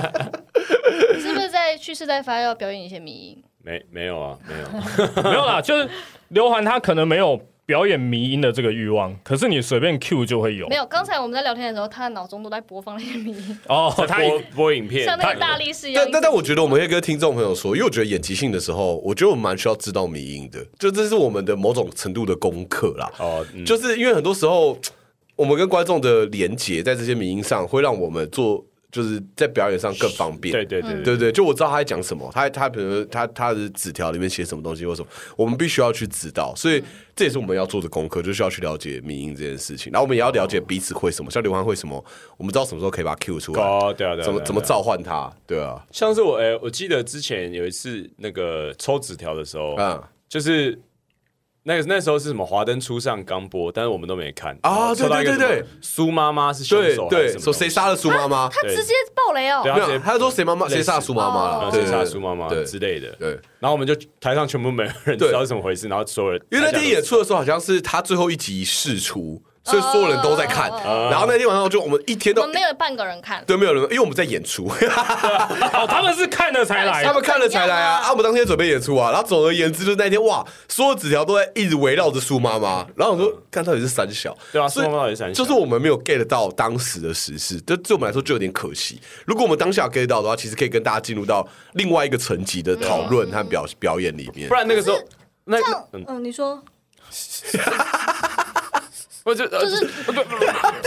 Speaker 4: 你是不是在去世在发要表演一些迷音？
Speaker 2: 没没有啊，
Speaker 4: *laughs*
Speaker 2: 没有。
Speaker 5: 没有啦，就是刘涵他可能没有表演迷音的这个欲望，可是你随便 Q 就会有
Speaker 4: 没。有，刚才我们在聊天的时候，他的脑中都在播放那些迷
Speaker 5: *laughs*
Speaker 4: 音，
Speaker 5: 哦，
Speaker 2: 播
Speaker 5: 他
Speaker 2: 播影片，
Speaker 4: 像那
Speaker 2: 他
Speaker 4: 个大力士一样
Speaker 3: 但。但但我觉得我们可以跟听众朋友说，因为我觉得演即兴的时候，我觉得我们蛮需要知道迷音的，就这是我们的某种程度的功课啦。
Speaker 2: 哦，嗯
Speaker 3: 就是因为很多时候，我们跟观众的连接在这些迷音上，会让我们做就是在表演上更方便。
Speaker 2: 对对对
Speaker 3: 对对，就我知道他在讲什么，他他比如说他他的纸条里面写什么东西或什么，我们必须要去知道，所
Speaker 4: 嗯
Speaker 3: 以这也是我们要做的功课，就是要去了解民音这件事情，然后我们也要了
Speaker 4: 哦
Speaker 3: 解彼此会什么，像刘欢会什么，我们知道什么时候可以把它 Q 出来，
Speaker 2: 哦，对啊对啊，
Speaker 3: 嗯怎么
Speaker 2: 对啊
Speaker 3: 怎么
Speaker 2: 对啊
Speaker 3: 召唤他，对啊，
Speaker 2: 像是我哎、我记得之前有一次那个抽纸条的时候，
Speaker 3: 嗯
Speaker 2: 就是那个那时候是什么《华灯初上》刚播，但是我们都没看
Speaker 3: 啊
Speaker 2: 然后抽到一个
Speaker 3: 对对对
Speaker 2: 什么苏妈妈是凶
Speaker 3: 对
Speaker 2: 手还是
Speaker 3: 对
Speaker 2: 什，么东
Speaker 3: 说
Speaker 2: 西？
Speaker 3: 谁杀了苏妈妈？
Speaker 4: 他直接爆雷哦
Speaker 2: 对！
Speaker 3: 没
Speaker 2: 他直
Speaker 3: 有，
Speaker 2: 接
Speaker 3: 他说谁妈妈谁杀了苏妈妈
Speaker 2: 然
Speaker 3: 了，
Speaker 2: 后
Speaker 3: 对
Speaker 2: 哦谁杀苏妈妈
Speaker 3: 对
Speaker 2: 之类的？
Speaker 3: 对。
Speaker 2: 然后我们就台上全部没有人
Speaker 3: 对
Speaker 2: 知道是怎么回事，然后所有人
Speaker 3: 因为那
Speaker 2: 大家
Speaker 3: 天
Speaker 2: 都
Speaker 3: 演出的时候，好像是他最后一集试出，所以所有人都在看。
Speaker 4: 哦哦
Speaker 3: 然后那天晚上就我们一天
Speaker 4: 我
Speaker 3: 都
Speaker 4: 们没有半个人看，
Speaker 3: 对没啊有人，因为我们在演出，
Speaker 5: 哦，他们是看了才
Speaker 3: *laughs*
Speaker 5: 来
Speaker 3: 他。们看了才来啊！
Speaker 4: 怎样啊
Speaker 3: 啊，我们当天准备演出啊，然后总而言之，就是那天哇，所有纸条都在一直围绕着苏妈妈，然后我说，看到底是三小，
Speaker 2: 对啊
Speaker 3: 所以
Speaker 2: 苏妈妈到底是三小
Speaker 3: 就是我们没有 get 到当时的时事，这对我们来说就有点可惜。如果我们当下 get 到的话，其实可以跟大家进入到另外一个层级的讨论和表表演里面
Speaker 2: 不。然那个时候那
Speaker 4: 这样，
Speaker 2: 嗯，
Speaker 4: 嗯，你说
Speaker 2: 我就呃
Speaker 4: 就
Speaker 2: 就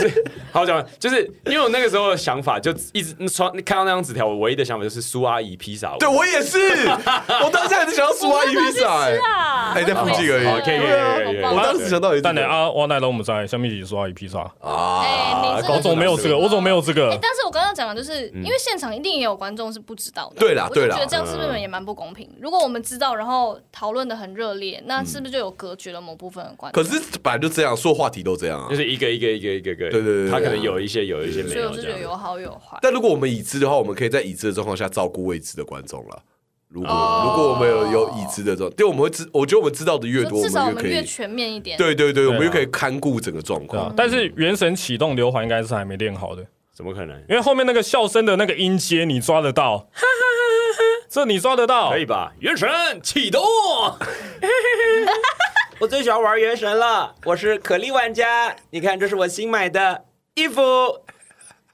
Speaker 2: 是好我讲完，就是因为我那个时候的想法，就一直穿看到那张纸条，我唯一的想法就是苏阿姨披萨。
Speaker 3: 对我也是，我当下也是想要苏阿姨披萨、哎
Speaker 4: 啊，
Speaker 3: 哎在附近而已
Speaker 4: 我
Speaker 2: 可以可以可以可以
Speaker 4: 啊好
Speaker 3: 我
Speaker 4: 棒
Speaker 3: 当时想到也是
Speaker 5: 但呢啊，我奶龙我们在下面一起说阿姨披萨，
Speaker 4: 哎
Speaker 3: 啊
Speaker 4: 你这个
Speaker 5: 我总没有这个，我总没有这
Speaker 4: 哎
Speaker 3: 呃
Speaker 5: 个，
Speaker 4: 但是我刚刚讲的就是，因为现场一定也有观众是不知道
Speaker 3: 嗯
Speaker 4: 的，
Speaker 3: 对啦
Speaker 4: 我就
Speaker 3: 对啦嗯
Speaker 4: 觉得这样是不是也蛮不公平？如果我们知道，然后讨论的很热烈，
Speaker 3: 嗯
Speaker 4: 那是不是就有隔绝了某部分的观
Speaker 3: 可
Speaker 4: 众？
Speaker 3: 是本来就这样，所有话题都这样啊
Speaker 2: 就。是一个一个一个一个一个，
Speaker 3: 对对对对
Speaker 2: 他可能有一些有一些没
Speaker 4: 所以
Speaker 2: 有
Speaker 4: 我就
Speaker 2: 这
Speaker 4: 觉得
Speaker 2: 样。
Speaker 4: 有好有坏。
Speaker 3: 但如果我们已知的话，我们可以在已知的状况下照顾未知的观众了。如果、
Speaker 4: 哦
Speaker 3: 如果我们有有已知的状，对，我们会知，我觉得我们知道的越
Speaker 4: 就
Speaker 3: 多，
Speaker 4: 至少
Speaker 3: 我
Speaker 4: 我
Speaker 3: 们
Speaker 4: 们
Speaker 3: 越可
Speaker 4: 越
Speaker 3: 以，
Speaker 4: 全面一点。
Speaker 3: 对对对，我们
Speaker 5: 对啊
Speaker 3: 越可以看顾整个状
Speaker 5: 对啊
Speaker 3: 况。。
Speaker 5: 但是原神启动刘环应该是还没练好的，
Speaker 2: 怎么可能？
Speaker 5: 因为后面那个笑声的那个音阶你抓得到，这你抓得到，
Speaker 2: 可以吧？原神启动！我最喜欢玩原神了，我是可莉玩家。你看，这是我新买的衣服，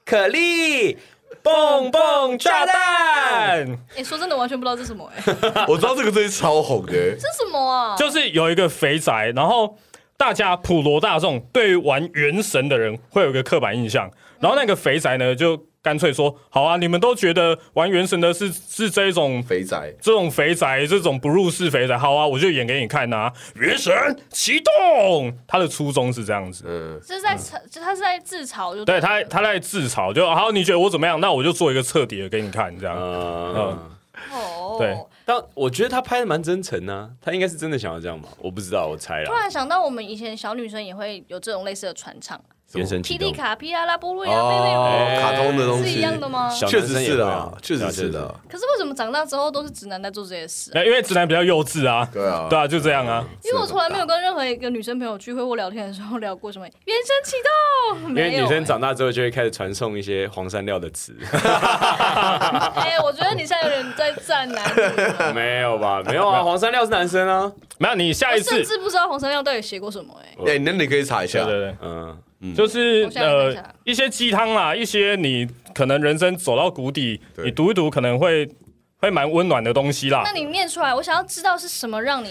Speaker 2: 可莉
Speaker 5: 蹦蹦炸弹，
Speaker 4: 哎，说真的，完全不知 *laughs* 道这是什么，哎，
Speaker 3: 我知道这个真是超红的、
Speaker 4: 这是什么啊？
Speaker 5: 就是有一个肥宅，然后大家普罗大众对于玩原神的人会有一个刻板印象，然后那个肥宅呢就干脆说，好啊，你们都觉得玩原神的是是这一种
Speaker 3: 肥仔。
Speaker 5: 这种肥宅，这种不入世肥宅，好啊，我就演给你看呐、原神启动，他的初衷是这样子。
Speaker 3: 嗯，
Speaker 4: 这是在嘲就他是在自嘲，就
Speaker 5: 对他，他在
Speaker 2: 嗯
Speaker 5: 自嘲，就好，你觉得我怎么样？那我就做一个彻底的给你看，这样。
Speaker 2: 呃，
Speaker 5: 嗯
Speaker 4: 哦，哦，
Speaker 5: 对
Speaker 2: 但我觉得他拍的蛮真诚啊，他应该是真的想要这样吧？我不知道，我猜
Speaker 4: 突
Speaker 2: 啦。
Speaker 4: 然想到，我们以前小女生也会有这种类似的传唱，
Speaker 2: 原神
Speaker 4: 霹
Speaker 2: 启
Speaker 4: 雳
Speaker 2: 动，
Speaker 4: 卡、皮亚拉、波瑞啊、
Speaker 3: 哦，卡通的
Speaker 4: 贝贝
Speaker 3: 东
Speaker 4: 是一
Speaker 3: 西，
Speaker 4: 样的吗？
Speaker 2: 小
Speaker 3: 确
Speaker 2: 男
Speaker 3: 实
Speaker 2: 生也
Speaker 3: 是
Speaker 2: 会
Speaker 3: 的
Speaker 2: 啊
Speaker 3: 啊，确实是
Speaker 2: 对啊确实
Speaker 3: 的，
Speaker 4: 可是为什么长大之后都是直男在做这些事啊？
Speaker 5: 因为直男比较幼稚啊，
Speaker 3: 对啊
Speaker 5: 对啊，就这样啊，
Speaker 4: 因为我从来没有跟任何一个女生朋友聚会或聊天的时候聊过什么原生启
Speaker 2: *laughs*
Speaker 4: 动，
Speaker 2: 因为女生长大之后就会开始传送一些黄山料的
Speaker 4: *laughs*
Speaker 2: 词，
Speaker 4: 哎、我觉得你现在有点在站男女
Speaker 2: *laughs*
Speaker 4: 了，
Speaker 2: 没有吧？没有啊，黄山料是男生
Speaker 4: *laughs*
Speaker 2: 啊。
Speaker 5: 没有你下
Speaker 4: 我
Speaker 5: 一次
Speaker 4: 甚，至不知道黄山亮到底写过什么、哎，
Speaker 3: 哎，那你可以查一
Speaker 5: 对
Speaker 3: 下，
Speaker 5: 对
Speaker 2: 嗯，
Speaker 5: 对，就是
Speaker 4: 我想一
Speaker 5: 呃
Speaker 4: 下
Speaker 5: 一些鸡汤啦，一些你可能人生走到谷底，
Speaker 3: 对
Speaker 5: 你读一读可能会会蛮温暖的东西啦
Speaker 4: 那。你念出来，我想要知道是什么让你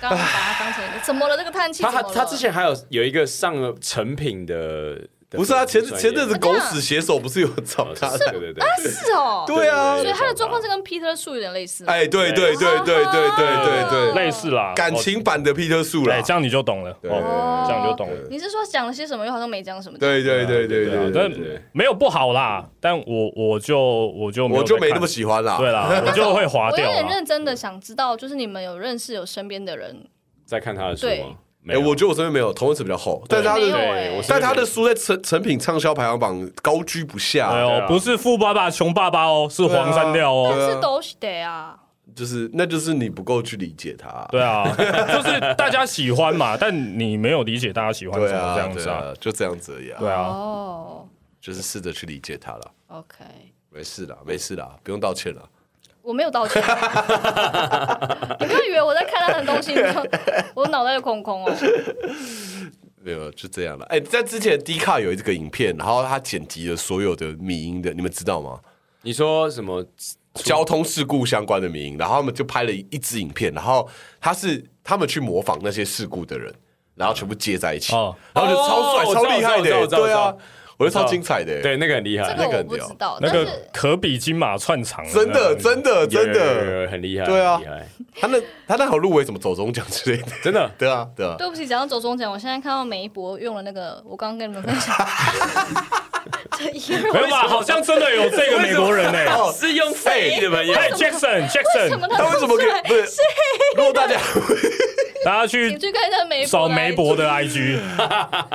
Speaker 4: 刚刚把它当成一个怎么了？这个叹气
Speaker 2: 他
Speaker 4: 怎么
Speaker 2: 他
Speaker 4: 了？
Speaker 2: 他之前还有有一个上了成品的，的
Speaker 3: 不是啊，前
Speaker 2: 专业
Speaker 3: 前阵子狗屎写手不是有找他
Speaker 2: 哦
Speaker 3: 来？
Speaker 2: 对对对，
Speaker 4: 是哦，
Speaker 3: 对啊
Speaker 4: 所以他的状况是跟 Peter 树有点类似。
Speaker 3: 哎，对对对对对对对对，
Speaker 5: 类似啦，
Speaker 3: 感情版的皮特树
Speaker 5: 哦，
Speaker 3: 啦
Speaker 5: 哎，，哦这样你就懂了，
Speaker 3: 对
Speaker 5: 哦，这样就懂了。
Speaker 4: 你是说讲了些什么，又好像没讲什么？
Speaker 3: 对对对对
Speaker 2: 对啊
Speaker 3: 对对，
Speaker 5: 但
Speaker 2: 对
Speaker 5: 没有不好啦，但我我就我就有
Speaker 3: 我就没
Speaker 5: 在看
Speaker 3: 那么喜欢啦。哎
Speaker 5: 对啦，我就会划
Speaker 4: 我有
Speaker 5: 掉
Speaker 4: 点
Speaker 5: 啦。
Speaker 4: 认真的想知道，就是你们有认识有身边的人，
Speaker 2: 在看他的书
Speaker 4: 对
Speaker 2: 吗？没
Speaker 3: 哎，
Speaker 2: 有
Speaker 3: 我觉得我身边没有，同人子比较厚，但是他
Speaker 4: 没有
Speaker 3: 的
Speaker 4: 哎、
Speaker 2: 对我是
Speaker 3: 但他的书在成成品畅销排行榜高居不
Speaker 5: 哎
Speaker 3: 下，
Speaker 2: 对
Speaker 5: 呦，
Speaker 2: 啊
Speaker 5: 不是富爸爸穷爸爸哦，是黄山料
Speaker 4: 但
Speaker 5: 哦。
Speaker 4: 是都是得啊。
Speaker 3: 就是那就是你不够去理解他。
Speaker 5: 对啊，就是大家喜欢嘛，但你没有理解大家喜欢
Speaker 3: 对
Speaker 5: 什么
Speaker 3: 啊，
Speaker 5: 这样子
Speaker 3: 对
Speaker 5: 啊。
Speaker 3: 啊，就这样子而已啊
Speaker 5: 对，啊，
Speaker 4: 哦
Speaker 3: 就是试着去理解他了。
Speaker 4: ，OK，
Speaker 3: 没事啦，没事啦，不用道歉了。
Speaker 4: 我没有道歉， *laughs* 你不要以为我在看他的东西，你就我脑袋就空空哦。
Speaker 3: *laughs* 没有，就这样了。哎、在之前 D 卡有一个影片，然后他剪辑了所有的迷音的，你们知道吗？
Speaker 2: 你说什么？
Speaker 3: 交通事故相关的迷音，然后他们就拍了一支影片，然后他是他们去模仿那些事故的人，然后全部接在一起，
Speaker 5: 哦
Speaker 3: 然后就超帅、
Speaker 2: 哦
Speaker 3: 超厉害的、
Speaker 2: 我知道我知道我知道我
Speaker 3: 对啊
Speaker 2: 知道，
Speaker 3: 我觉得超精彩的、
Speaker 2: 对，那个很厉害
Speaker 4: 这，
Speaker 3: 那
Speaker 4: 个
Speaker 3: 个
Speaker 4: 我
Speaker 3: 很
Speaker 4: 不
Speaker 3: 屌
Speaker 4: 知道，
Speaker 5: 那
Speaker 4: 但
Speaker 5: 个
Speaker 4: 是
Speaker 5: 可比金马串场了，
Speaker 3: 真的真的
Speaker 2: 有
Speaker 3: 真
Speaker 2: 有有
Speaker 3: 的，
Speaker 2: 有很厉害，
Speaker 3: 对啊
Speaker 2: 很厉害
Speaker 3: 他那他那好入围什么走中奖之类的，
Speaker 2: 真的。
Speaker 3: 对啊对啊，
Speaker 4: 对不起，讲到走中奖，我现在看到每一博用了那个，我刚刚跟你们分
Speaker 5: *laughs*
Speaker 4: 享，这一个
Speaker 5: 没有吧？哎好像真的有这个美国人呢。
Speaker 3: *laughs* 哦
Speaker 2: 是用非裔的朋友，
Speaker 5: 嗨
Speaker 4: 为什么
Speaker 5: ，Jackson，Jackson，
Speaker 4: 他
Speaker 3: 他为什么可以？不是，如果大家
Speaker 5: 大家
Speaker 4: 你
Speaker 5: 去
Speaker 4: 去看一下梅博，
Speaker 5: 找梅博的，IG，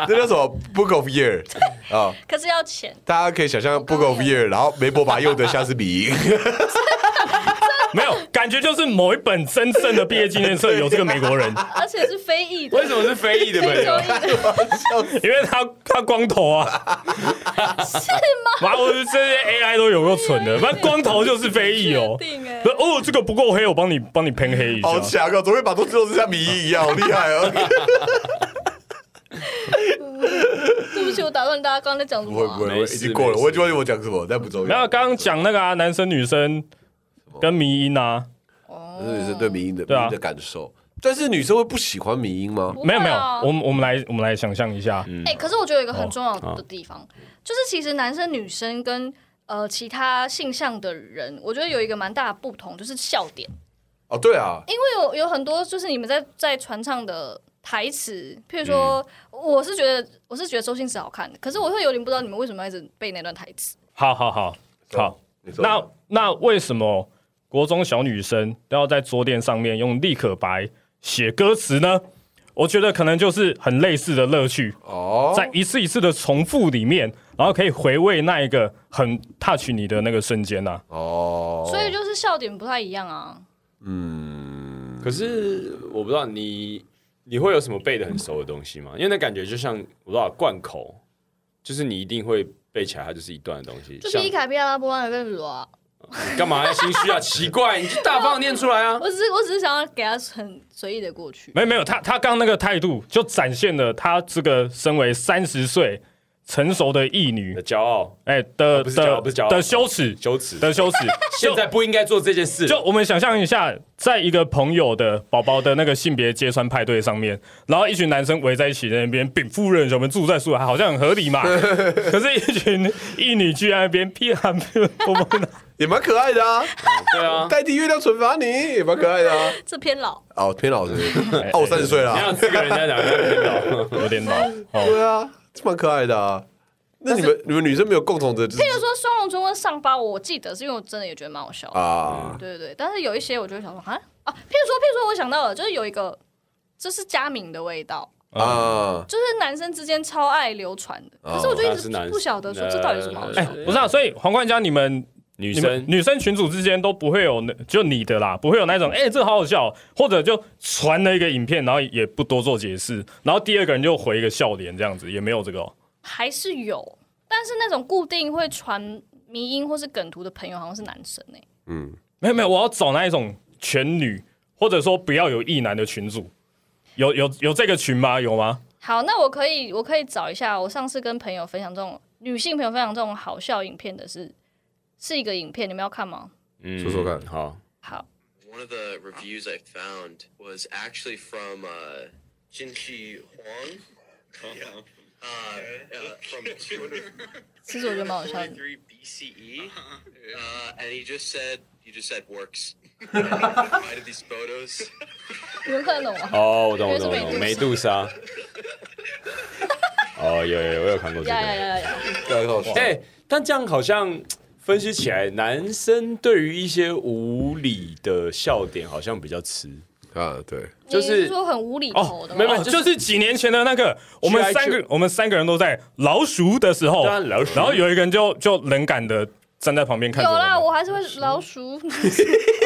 Speaker 3: 这叫什么 Book of Year 啊？
Speaker 4: 可是要钱，
Speaker 3: 大家可以想象 Book of Year，然后梅伯把用的像是
Speaker 2: *laughs*
Speaker 3: 米音，
Speaker 5: 没有感觉就是某一本真正的毕业纪念册有这个美国
Speaker 4: *laughs*
Speaker 5: 人，
Speaker 4: 而且是非裔的，
Speaker 2: 为什么是非裔的朋
Speaker 4: 非洲
Speaker 2: 友
Speaker 4: 裔？的，
Speaker 5: 因为他他光头啊，是吗？哇，我觉得这些 AI 都有够蠢的，反正光头就是非裔哦
Speaker 4: 确定欸。
Speaker 5: 不是哦，这个不够黑，我帮你帮你偏黑一
Speaker 3: 好
Speaker 5: 下。
Speaker 3: 强哦！怎么会把东西都是像米音一样，好厉害哦！
Speaker 4: 对不起，我打断大家刚刚在讲什
Speaker 3: 不
Speaker 4: 么
Speaker 3: 会
Speaker 4: 啊
Speaker 3: 不会，不
Speaker 2: 没
Speaker 3: 会已
Speaker 2: 事
Speaker 3: 经过了，
Speaker 2: 没事
Speaker 3: 我已经忘记我讲什么，但不重要。
Speaker 5: 没有，刚刚讲那个啊，男生女生跟迷音啊，
Speaker 3: 可是女生对迷音的迷
Speaker 5: 对啊
Speaker 3: 音的感受，但是女生会不喜欢迷音吗？
Speaker 4: 不会啊
Speaker 5: 没有没有，我们我们来我们来想象一下，
Speaker 3: 嗯
Speaker 4: 哎、可是我觉得有一个很重要的地方，就是其实男生女生跟呃其他性向的人，我觉得有一个蛮大的不同，就是笑点。
Speaker 3: 哦，对啊，
Speaker 4: 因为有有很多就是你们在在传唱的台词，譬如说，我是觉得我是觉得周星驰好看的，可是我会有点不知道你们为什么要一直背那段台词。
Speaker 5: 好好好好，
Speaker 3: 你说
Speaker 5: 那那为什么国中小女生都要在桌垫上面用立可白写歌词呢？我觉得可能就是很类似的乐趣，
Speaker 3: 哦，
Speaker 5: 在一次一次的重复里面，然后可以回味那一个很 touch 你的那个瞬间啊呐、
Speaker 3: 哦，
Speaker 4: 所以就是笑点不太一样啊。
Speaker 2: 可是我不知道你你会有什么背的很熟的东西吗？因为那感觉就像我不知道贯口，就是你一定会背起来，它就是一段的东西。
Speaker 4: 就
Speaker 2: 像
Speaker 4: 皮卡皮亚拉波拉贝鲁啊，
Speaker 2: 你干嘛要心虚啊？奇怪，
Speaker 4: *laughs*
Speaker 2: 你就大方地念出来啊！
Speaker 4: 我只是我只是想要给他很随意的过去。
Speaker 5: 没有没有，他他刚刚那个态度就展现了他这个身为三十岁成熟的异
Speaker 2: 你的
Speaker 5: 女，
Speaker 2: 骄傲、
Speaker 5: 哎、的、
Speaker 2: 呃不是骄傲
Speaker 5: 的
Speaker 2: 不是骄傲
Speaker 5: 的羞耻
Speaker 2: 羞耻，*laughs*
Speaker 5: 的羞耻，
Speaker 2: 现在不应该做这件事了。
Speaker 5: 就我们想象一下，在一个朋友的宝宝的那个性别揭穿派对上面，然后一群男生围在一起在那边，禀夫人，我们住在树海，好像很合
Speaker 2: *laughs*
Speaker 5: 理嘛。可是，一群一女居然在那边屁喊屁啵啵的，
Speaker 3: 也蛮可爱的啊，
Speaker 2: 对
Speaker 3: *laughs*
Speaker 2: 啊，
Speaker 3: 代替月亮惩罚你也蛮可爱的啊。
Speaker 4: 这篇老
Speaker 3: *laughs* 哦，偏老师， *laughs* 哦，我三十岁了
Speaker 2: 你
Speaker 3: 啊， *laughs*
Speaker 2: 有资格人家讲，哎
Speaker 5: 有点老哦。
Speaker 3: 对啊，这蛮可爱的啊。那你们你们女生没有共同的就是
Speaker 4: 譬如说双龙中跟上巴，我记得是因为我真的也觉得蛮好笑的。
Speaker 3: 啊？
Speaker 4: 对对对，但是有一些我就会想说啊啊，譬如说譬如说，我想到了，就是有一个这是佳明的味道，
Speaker 2: 嗯
Speaker 3: 啊，
Speaker 4: 就是男生之间超爱流传的，
Speaker 2: 哦
Speaker 4: 可是我就一直不晓得说这到底有什么好笑
Speaker 2: 呃
Speaker 5: 哎、
Speaker 4: 的。
Speaker 5: 不是啊，所以皇冠家你们
Speaker 2: 女
Speaker 5: 你们
Speaker 2: 生
Speaker 5: 女生群组之间都不会有那就你的啦，不会有那种
Speaker 2: 嗯
Speaker 5: 哎、这好好笑，或者就传了一个影片，然后也不多做解释，然后第二个人就回一个笑脸这样子，也没有这个、哦。
Speaker 4: 还是有，但是那种固定会传迷音或是梗图的朋友好像是男生哎、
Speaker 5: 没有没有，我要找那一种全女，或者说不要有异男的群组，有有有这个群吗？有吗？
Speaker 4: 好，那我可以我可以找一下，我上次跟朋友分享这种女性朋友分享这种好笑影片的是是一个影片，你们要看吗？
Speaker 2: 嗯
Speaker 3: 说说看
Speaker 2: 好，
Speaker 4: 好，
Speaker 6: One of the reviews I found was actually from uh, Jinchi Huang. Uh, uh, from
Speaker 4: 其实我觉得蛮好笑
Speaker 2: *laughs*
Speaker 4: 的。
Speaker 6: 243 BCE, E. uh, and he just said, "You just said works." Why did these photos?
Speaker 4: 你们看得懂吗？
Speaker 2: 哦，我懂我懂
Speaker 4: 因
Speaker 2: 我
Speaker 4: 为是
Speaker 2: 懂，
Speaker 4: 美
Speaker 2: 美
Speaker 4: 杜
Speaker 2: 杜莎。
Speaker 4: *laughs*
Speaker 2: 哦，有有有，我有看过这
Speaker 4: 呀呀
Speaker 2: 个。
Speaker 4: 呀呀呀！
Speaker 3: 啊很好笑。
Speaker 2: 哎，但这样好像分析起来，男生对于一些无理的笑点好像比较吃。
Speaker 3: 啊，对，
Speaker 2: 就是
Speaker 4: 你说很无厘头的吗，
Speaker 2: 没有
Speaker 5: 哦，就是几年前的那个，我们三个我们三个人都在老鼠的时候，
Speaker 2: 对啊老鼠
Speaker 5: 然后有一个人就就冷感的站在旁边看着
Speaker 4: 有
Speaker 5: 我们。
Speaker 4: 啦，我还是会老鼠。
Speaker 2: 嗯 *laughs*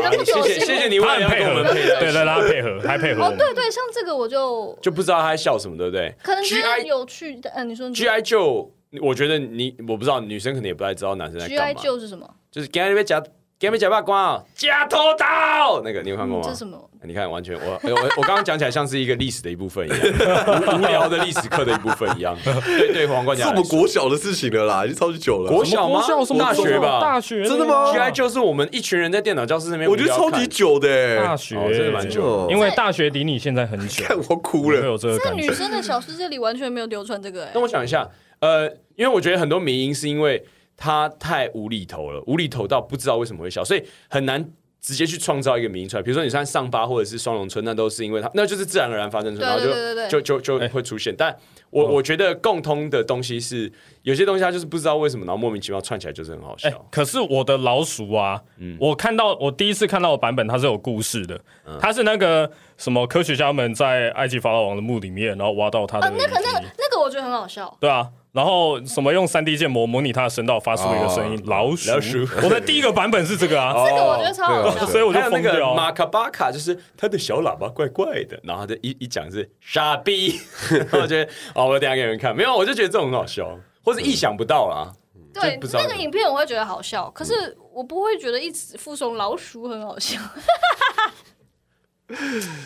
Speaker 2: 啊
Speaker 4: 不走
Speaker 2: 谢谢
Speaker 4: 心
Speaker 2: 谢谢你为嗯
Speaker 5: 他
Speaker 2: 了
Speaker 5: 很
Speaker 2: 要
Speaker 5: 配
Speaker 2: 跟
Speaker 5: 合
Speaker 2: 我们，配合，
Speaker 5: 对对，他配合，还配合我
Speaker 4: 哦，
Speaker 5: 们。
Speaker 4: 对对，像这个我就
Speaker 2: 就不知道他在笑什么，对不对？
Speaker 4: 可能觉
Speaker 2: G
Speaker 4: 得
Speaker 2: I
Speaker 4: 有趣的。嗯，你说你
Speaker 2: G I 就我觉得你我不知道，女生可能也不太知道男生在
Speaker 4: G
Speaker 2: 干
Speaker 4: I
Speaker 2: 嘛，
Speaker 4: 就是什么？
Speaker 2: 就是给你们夹给你们夹把光啊，夹头刀那个，你有看过
Speaker 4: 嗯
Speaker 2: 吗？
Speaker 4: 这是什么？
Speaker 2: 你看，完全我哎我我刚刚讲起来像是一个历史的一部分一样，无无聊的历史课的一部分一样。对对，皇冠
Speaker 3: 是
Speaker 2: 讲
Speaker 3: 我
Speaker 2: 来
Speaker 3: 们
Speaker 2: 说
Speaker 3: 国小的事情了啦，已经超级久了。
Speaker 2: 哦国小吗？
Speaker 5: 什么
Speaker 2: 大学嗯吧，
Speaker 5: 大学
Speaker 3: 真的吗
Speaker 2: ？GI 就是我们一群人在电脑教室那边
Speaker 3: 我
Speaker 2: 无
Speaker 3: 觉
Speaker 2: 聊
Speaker 3: 得
Speaker 2: 看，
Speaker 3: 超级久的欸，
Speaker 5: 大学
Speaker 2: 哦真的蛮久
Speaker 3: 的
Speaker 5: 因为大学离你现在很久，
Speaker 3: 看 *laughs* 我哭
Speaker 5: 会
Speaker 3: 了。
Speaker 5: 有这个
Speaker 4: 在
Speaker 5: 感
Speaker 4: 女
Speaker 5: 觉。
Speaker 4: 生的小世界里完全没有流传这个哎、
Speaker 2: 那我想一下，呃，因为我觉得很多迷因是因为它太无厘头了，无厘头到不知道为什么会笑，所以很难直接去创造一个迷因出来。比如说你像上巴或者是双龙村，那都是因为它，那就是自然而然发生出来，然后
Speaker 4: 对对对对对
Speaker 2: 就就就就会出现。但我、我觉得共通的东西是，有些东西它就是不知道为什么，然后莫名其妙串起来就是很好笑。
Speaker 5: 哎、可是我的老鼠啊，
Speaker 2: 嗯
Speaker 5: 我看到我第一次看到的版本，它是有故事的，它是那个什么科学家们在埃及法老王的墓里面，然后挖到他的
Speaker 4: 啊，那
Speaker 5: 遗
Speaker 4: 个那
Speaker 5: 体
Speaker 4: 个那个我觉得很好笑。
Speaker 5: 对啊，然后什么用三 D 建模模拟它的声道，发出一个声音，老鼠。
Speaker 2: 哦老鼠
Speaker 5: 我的第一个版本是这个
Speaker 2: 哦
Speaker 5: 啊，
Speaker 4: 这个我觉得超好
Speaker 3: 对啊
Speaker 4: 笑。
Speaker 5: 所以我就
Speaker 2: 还有那
Speaker 5: 疯掉
Speaker 2: 个
Speaker 5: 啊。
Speaker 2: 马卡巴卡，就是他的小喇叭怪怪的，然后他就一一讲是傻
Speaker 5: *laughs*
Speaker 2: 逼，然后我觉得哦，我等一下给你们看，没有，我就觉得这种很好笑，或是意想不到啊啦。
Speaker 5: 嗯
Speaker 4: 对
Speaker 2: 就不知道
Speaker 4: 那个影片我会觉得好笑，可是我不会觉得一直附送老鼠很好笑。 *laughs*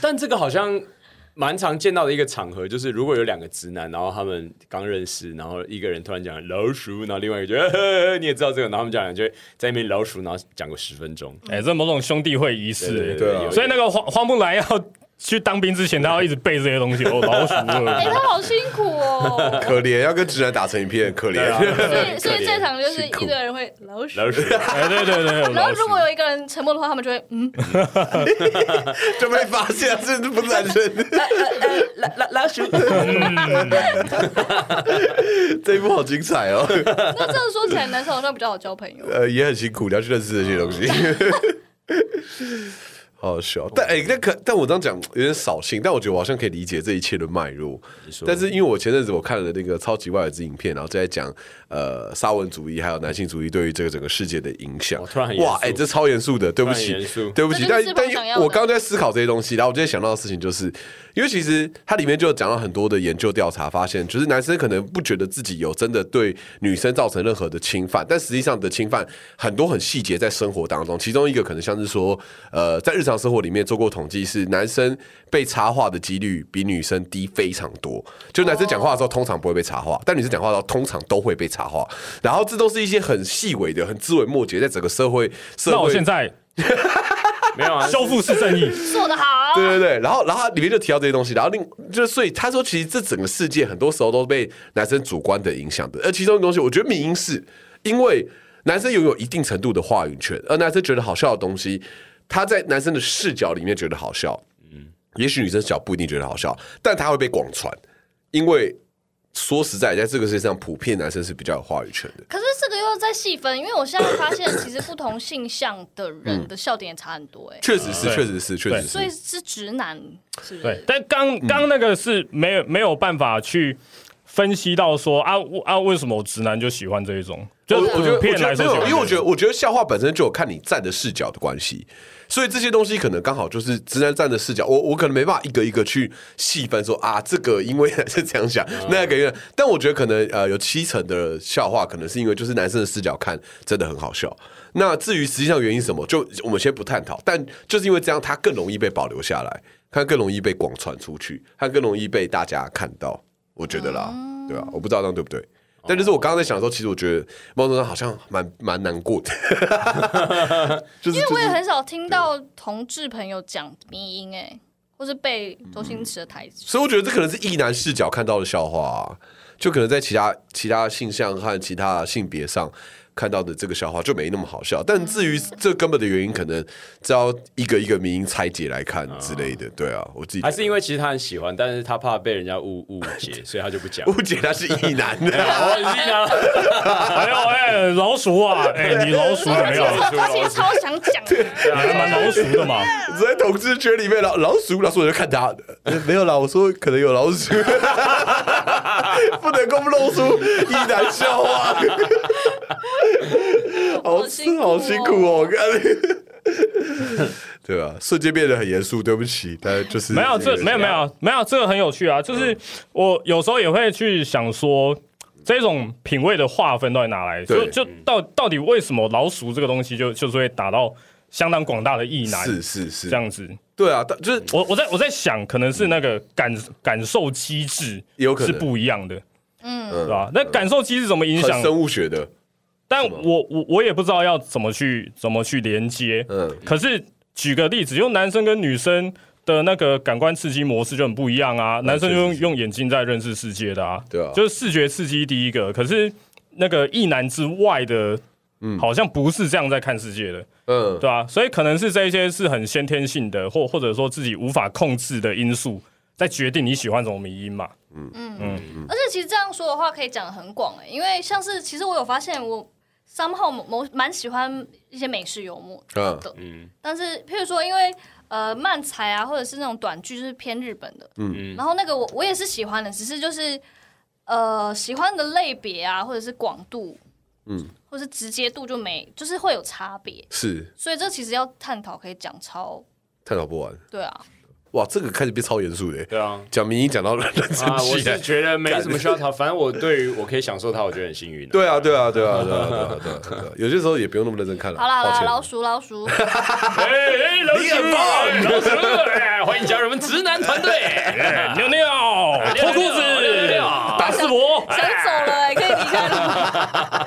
Speaker 2: 但这个好像蛮常见到的一个场合，就是如果有两个直男，然后他们刚认识，然后一个人突然讲老鼠，然后另外一个觉得呵呵呵 *laughs* 你也知道这个，然后他们讲两句在那边老鼠，然后讲个十分钟。
Speaker 5: 哎、这某种兄弟会仪式、
Speaker 2: 对对
Speaker 3: 对啊
Speaker 2: 有一
Speaker 5: 所以那个花花木兰要去当兵之前，他要一直背这些东西，哦，老鼠。
Speaker 4: *laughs* 哎、他好辛苦
Speaker 2: *laughs*
Speaker 4: 哦。
Speaker 3: 可怜，要跟直男打成一片，可怜。
Speaker 2: 啊
Speaker 4: 所以所以这场就是一
Speaker 3: 辛苦
Speaker 4: 堆人会老鼠。啊
Speaker 2: 老鼠，
Speaker 5: 哎、对对对，有
Speaker 4: 然后
Speaker 5: 老鼠
Speaker 4: 如。果有一个人沉默的话，他们就会
Speaker 3: *laughs*
Speaker 4: 嗯，
Speaker 3: 就被发现这不是男
Speaker 2: *laughs*
Speaker 3: 生，
Speaker 2: *laughs* 老老老鼠，
Speaker 3: 这一幕好精彩
Speaker 2: *laughs*
Speaker 3: 哦。
Speaker 4: *laughs* 那这样说起来，男生好像比较好交朋友。
Speaker 3: 呃，也很辛苦，你要去认识这些东西。 *laughs* 好好笑，但哎、那可但我这样讲有点扫兴，但我觉得我好像可以理解这一切的脉络。但是因为我前阵子我看了那个超级外耳之影片，然后在讲呃沙文主义还有男性主义对于这个整个世界的影响
Speaker 2: 哦。突然很严肃
Speaker 3: 哇，哎、这超严肃的，对不
Speaker 2: 突然
Speaker 3: 起
Speaker 2: 很严肃，
Speaker 3: 对不起。
Speaker 4: 这就
Speaker 3: 但
Speaker 4: 是
Speaker 3: 但
Speaker 4: 我想要的
Speaker 3: 我刚刚在思考这些东西，然后我就在想到的事情就是，因为其实它里面就有讲到很多的研究调查，发现就是男生可能不觉得自己有真的对女生造成任何的侵犯，但实际上的侵犯很多很细节在生活当中，其中一个可能像是说，呃，在日常生活里面做过统计是男生被插话的几率比女生低非常多，就男生讲话的时候通常不会被插话，但女生讲话的时候通常都会被插话，然后这都是一些很细微的、很枝微末节，在整个社会社
Speaker 5: 那我
Speaker 3: 会
Speaker 5: 现在
Speaker 2: *laughs* 没有啊，
Speaker 5: 修复式正义，
Speaker 3: 嗯
Speaker 4: 做得好，
Speaker 3: 对对对，然后然后它里面就提到这些东西，然后另就是所以他说，其实这整个世界很多时候都被男生主观的影响的，而其中的东西，我觉得民音是因为男生拥有一定程度的话语权，而男生觉得好笑的东西，他在男生的视角里面觉得好笑，也许女生角不一定觉得好笑，但他会被广传，因为。说实在，在这个世界上，普遍男生是比较有话语权的。
Speaker 4: 可是这个又在细分，因为我现在发现，其实不同性向的人的笑点也差很多、哎、
Speaker 3: 确实是，
Speaker 5: 对
Speaker 3: 确实是，确实
Speaker 4: 所以
Speaker 3: 是。
Speaker 4: 是直男，是不
Speaker 5: 对
Speaker 4: 是，？
Speaker 5: 但刚
Speaker 3: 嗯
Speaker 5: 刚那个是没有没有办法去分析到说啊我啊为什么我直男就喜欢这一种，就
Speaker 3: 我
Speaker 5: 是
Speaker 3: 我觉得，
Speaker 5: 普
Speaker 3: 我
Speaker 5: 遍
Speaker 3: 觉
Speaker 5: 来
Speaker 3: 得
Speaker 5: 说
Speaker 3: 没
Speaker 5: 喜
Speaker 3: 有，
Speaker 5: 欢这一
Speaker 3: 因为
Speaker 5: 种
Speaker 3: 我觉得，我觉得笑话本身就有看你站的视角的关系，所以这些东西可能刚好就是直男站的视角，我我可能没办法一个一个去细分说啊，这个因为男 *laughs* 生这样想，
Speaker 5: 嗯
Speaker 3: 那个因为，但我觉得可能呃有七成的笑话可能是因为就是男生的视角看真的很好笑。那至于实际上原因是什么，就我们先不探讨，但就是因为这样，它更容易被保留下来，它更容易被广传出去，它更容易被大家看到，我觉得啦，
Speaker 4: 嗯
Speaker 3: 对吧、我不知道这样对不对。
Speaker 4: 哦
Speaker 3: 但就是我刚刚在想的时候，其实我觉得某种程度上好像蛮蛮难过的， *laughs* 就是
Speaker 4: 因为
Speaker 3: 就
Speaker 4: 我也
Speaker 3: 是
Speaker 4: 很少听到同志朋友讲迷音、哎，或是背周星驰的台词。
Speaker 3: 所以我觉得这可能是异男视角看到的笑话啊、就可能在其他其他性向和其他性别上看到的这个笑话就没那么好笑。但至于这根本的原因，可能只要一个一个民音拆解来看之类的。对啊，我自己
Speaker 2: 还是因为其实他很喜欢，但是他怕被人家误误解，所以他就不讲。
Speaker 3: 误解他是异
Speaker 2: *laughs*
Speaker 3: 男的，
Speaker 2: 我很欣赏，
Speaker 5: 哦哎呦哎，老鼠啊，哎你老鼠怎
Speaker 4: *laughs*
Speaker 5: 么
Speaker 4: 其实
Speaker 5: 样？
Speaker 4: 我其实超想讲的，
Speaker 5: 你还蛮老鼠的嘛。
Speaker 3: *laughs* 只在同志圈里面老老鼠，老鼠我就看他的， *laughs* 没有啦，我说可能有老鼠， *laughs* 不能够露出异男笑 *laughs* 话，好
Speaker 4: 辛苦哦
Speaker 3: 好辛苦哦，我看。 *laughs* 对吧？瞬间变得很严肃，对不起，但就是
Speaker 5: 没有这
Speaker 3: 个
Speaker 5: 没有没有没有这个很有趣啊，就是我有时候也会去想说。这种品味的划分到底哪来？就
Speaker 3: 对嗯
Speaker 5: 就到到底为什么老鼠这个东西就就是会打到相当广大的意男
Speaker 3: 是是是
Speaker 5: 这，样子？
Speaker 3: 对啊，但就是
Speaker 5: 我我在我在想，可能是那个感感受机制
Speaker 3: 嗯有可
Speaker 5: 是
Speaker 3: 能
Speaker 5: 不一样的，
Speaker 4: 嗯
Speaker 5: 对吧？那感受机制怎么影响
Speaker 3: 很？生物学的，
Speaker 5: 但我我我也不知道要怎么去怎么去连接。
Speaker 3: 嗯，
Speaker 5: 可是举个例子，用男生跟女生的那个感官刺激模式就很不一样啊，男生就用用眼睛在认识世界的啊，
Speaker 3: 对啊
Speaker 5: 就是视觉刺激第一个。可是那个一男之外的，好像不是这样在看世界的，
Speaker 3: 嗯，
Speaker 5: 对啊，所以可能是这一些是很先天性的，或或者说自己无法控制的因素，在决定你喜欢什么迷音嘛。
Speaker 4: 而且其实这样说的话，可以讲的很广哎、因为像是其实我有发现我。三号某蛮喜欢一些美式幽默
Speaker 3: 嗯
Speaker 4: 的，嗯，但是譬如说，因为呃漫才啊，或者是那种短剧，就是偏日本的，嗯，然后那个我我也是喜欢的，只是就是呃喜欢的类别啊，或者是广度，嗯，或是直接度就没，就是会有差别，
Speaker 3: 是
Speaker 4: 所以这其实要探讨，可以讲超
Speaker 3: 探讨不完。
Speaker 4: 对啊，
Speaker 3: 哇，这个开始变超严肃的，
Speaker 2: 对啊。
Speaker 3: 讲民音讲到人生
Speaker 2: 啊，我
Speaker 3: 气
Speaker 2: 是
Speaker 3: 的，
Speaker 2: 觉得没什么需要讨，反正我对于我可以享受它，我觉得很幸运、啊。
Speaker 3: 对啊，对啊，对啊，对啊，对啊，对啊对啊，有些时候也不用那么认真看了。
Speaker 4: 好啦
Speaker 3: 抱
Speaker 4: 好啦，
Speaker 3: 歉
Speaker 4: 老鼠老鼠，
Speaker 5: 哎哎，老
Speaker 3: 你很棒
Speaker 5: 老鼠，
Speaker 2: 哎，欢迎加入我们直男团队，
Speaker 5: 哎尿尿，脱裤子，打四博，
Speaker 4: 想走了、欸，可以离 *laughs* 开了吗，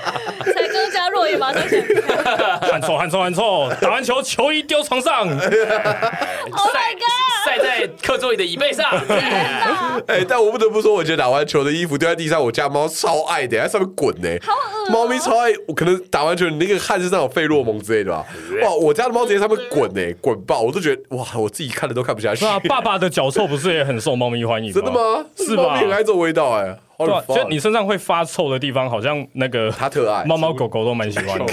Speaker 4: 才刚加入也马上想离开
Speaker 5: *laughs* 汗臭汗臭汗臭，打完球球衣丢床上，
Speaker 4: *laughs*
Speaker 3: 哎
Speaker 4: ，Oh my god！
Speaker 2: 晒在课桌椅的椅背上。
Speaker 3: 哎、但我不得不说，我觉得打完球的衣服丢在地上，我家猫超爱的，在上面滚呢、猫咪超爱，我可能打完球，你那个汗是那种费洛蒙之类的吧？哇，我家的猫直接在上面滚呢、滚爆！我都觉得哇，我自己看的都看不下去。
Speaker 5: 是啊，爸爸的脚臭不是也很受猫咪欢迎？
Speaker 3: 真的？吗？
Speaker 5: 是吧
Speaker 3: 猫咪很爱这种味道哎、好
Speaker 5: 对啊，
Speaker 3: fun
Speaker 5: 就你身上会发臭的地方，好像那个
Speaker 3: 它特爱
Speaker 5: 猫猫狗狗都蛮喜欢的。
Speaker 3: *laughs*
Speaker 4: 因为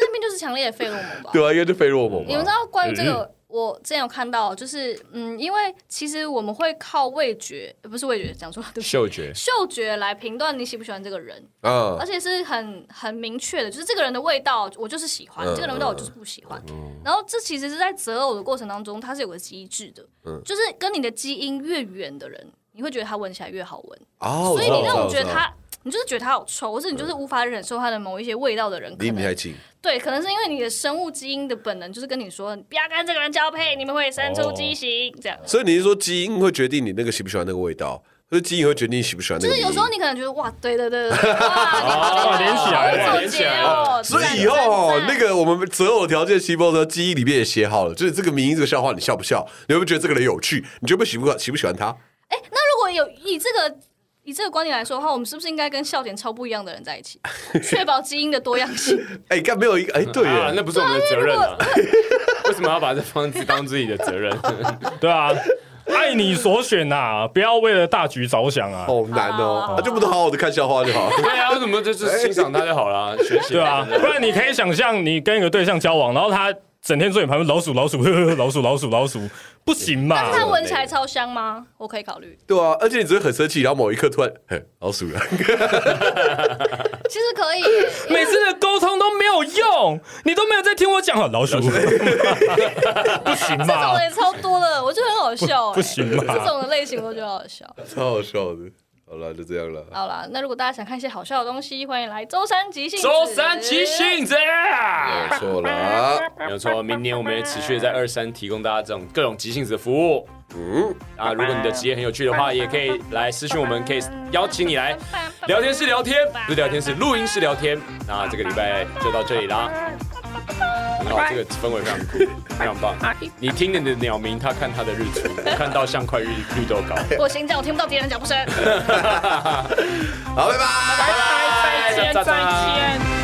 Speaker 4: 那边就是强烈的费洛蒙吧。
Speaker 3: 对啊，应该就费洛蒙
Speaker 4: 你们知
Speaker 3: 吧？
Speaker 4: 道关于这
Speaker 3: 嗯
Speaker 4: 个，我之前有看到，就是嗯，因为其实我们会靠味觉，呃不是味觉，讲错了，对不起，
Speaker 2: 嗅觉，
Speaker 4: 嗅觉来评断你喜不喜欢这个人，
Speaker 3: 嗯
Speaker 4: 而，且是很很明确的，就是这个人的味道我就是喜欢，
Speaker 3: 嗯
Speaker 4: 这个人的味道我就是不喜欢。然后这其实是在择偶的过程当中，它是有个机制的，
Speaker 3: 嗯
Speaker 4: 就是跟你的基因越远的人，你会觉得他闻起来越好闻，
Speaker 3: 哦，
Speaker 4: 所以你那种
Speaker 3: 我知
Speaker 4: 觉
Speaker 3: 道
Speaker 4: 得，他。你就是觉得他好臭，或是你就是无法忍受他的某一些味道的人，可
Speaker 3: 离你
Speaker 4: 能
Speaker 3: 太近，
Speaker 4: 对，可能是因为你的生物基因的本能就是跟你说，你不要跟这个人交配，你们会生出畸形、这样。
Speaker 3: 所以你是说基因会决定你那个喜不喜欢那个味道，或者基因会决定你喜不喜欢那
Speaker 4: 就
Speaker 3: 个
Speaker 4: 是
Speaker 3: 迷因？
Speaker 4: 有时候你可能觉得哇，对对对对，对哇，你好
Speaker 5: 哦连起来
Speaker 4: 好
Speaker 5: 了
Speaker 4: 有
Speaker 2: 连
Speaker 4: 总
Speaker 2: 起
Speaker 4: 结
Speaker 2: 来
Speaker 4: 哦
Speaker 2: 了。
Speaker 3: 所
Speaker 4: 赞
Speaker 3: 以以后哦
Speaker 4: 赞，
Speaker 3: 那个我们择偶条件细胞的记忆里面也写好了，就是这个名音这个笑话，你笑不笑？你会不会觉得这个人有趣？你觉得喜不喜欢喜不喜欢他？
Speaker 4: 那如果有以这个以这个观点来说的话，我们是不是应该跟笑点超不一样的人在一起，确保基因的多样性？
Speaker 3: 哎、你看没有一个哎、对耶，
Speaker 2: 啊，那不是我们 *laughs* 的责任啊！为什么要把这方子当自己的责任？
Speaker 5: 对啊，爱为你所选呐、不要为了大局着想啊。
Speaker 3: 好难哦
Speaker 4: 好，
Speaker 3: 他就不能好好的看笑话就好。
Speaker 2: 对啊，为什么就是欣赏他就好啦，学习
Speaker 5: 对啊，
Speaker 2: 真的
Speaker 5: 不然你可以想象，你跟一个对象交往，然后他整天坐你旁边，老鼠，老鼠，呵 *laughs* 呵老鼠，老鼠，老鼠，不行
Speaker 4: 但
Speaker 5: 嘛
Speaker 4: 是？它闻起来超香吗？我可以考虑，
Speaker 3: 对啊，而且你只会很生气，然后某一刻突然，嘿，老鼠了， *laughs*
Speaker 4: 其实可以耶。
Speaker 5: 每次的沟通都没有用，你都没有在听我讲话，老 *laughs* 鼠，不行
Speaker 4: 这种
Speaker 5: 嘛
Speaker 4: 的？也超多的，我觉得很好笑、欸
Speaker 5: 不行吧
Speaker 4: 这种的类型我都觉得好笑。
Speaker 3: 超好笑的。好了，就这样了。
Speaker 4: 好啦，那如果大家想看一些好笑的东西，欢迎来周三即兴子。
Speaker 2: 周三即兴子。
Speaker 3: 没错啊啦，
Speaker 2: 没有错，明年我们也持续地 *laughs* 在二三提供大家这种各种即兴子的服务。嗯，啊，如果你的职业很有趣的话，也可以来私讯我们，可以邀请你来聊天室聊天，不是聊天室，录音室聊天。那这个礼拜就到这里啦。很好，这个氛围非常酷，非常棒。你听你的鸟鸣，他看他的日出，我看到像块绿绿豆糕。
Speaker 4: 我心脏我听不到敌人的脚步声。
Speaker 3: 好，拜拜。
Speaker 2: 拜拜，再见，再见。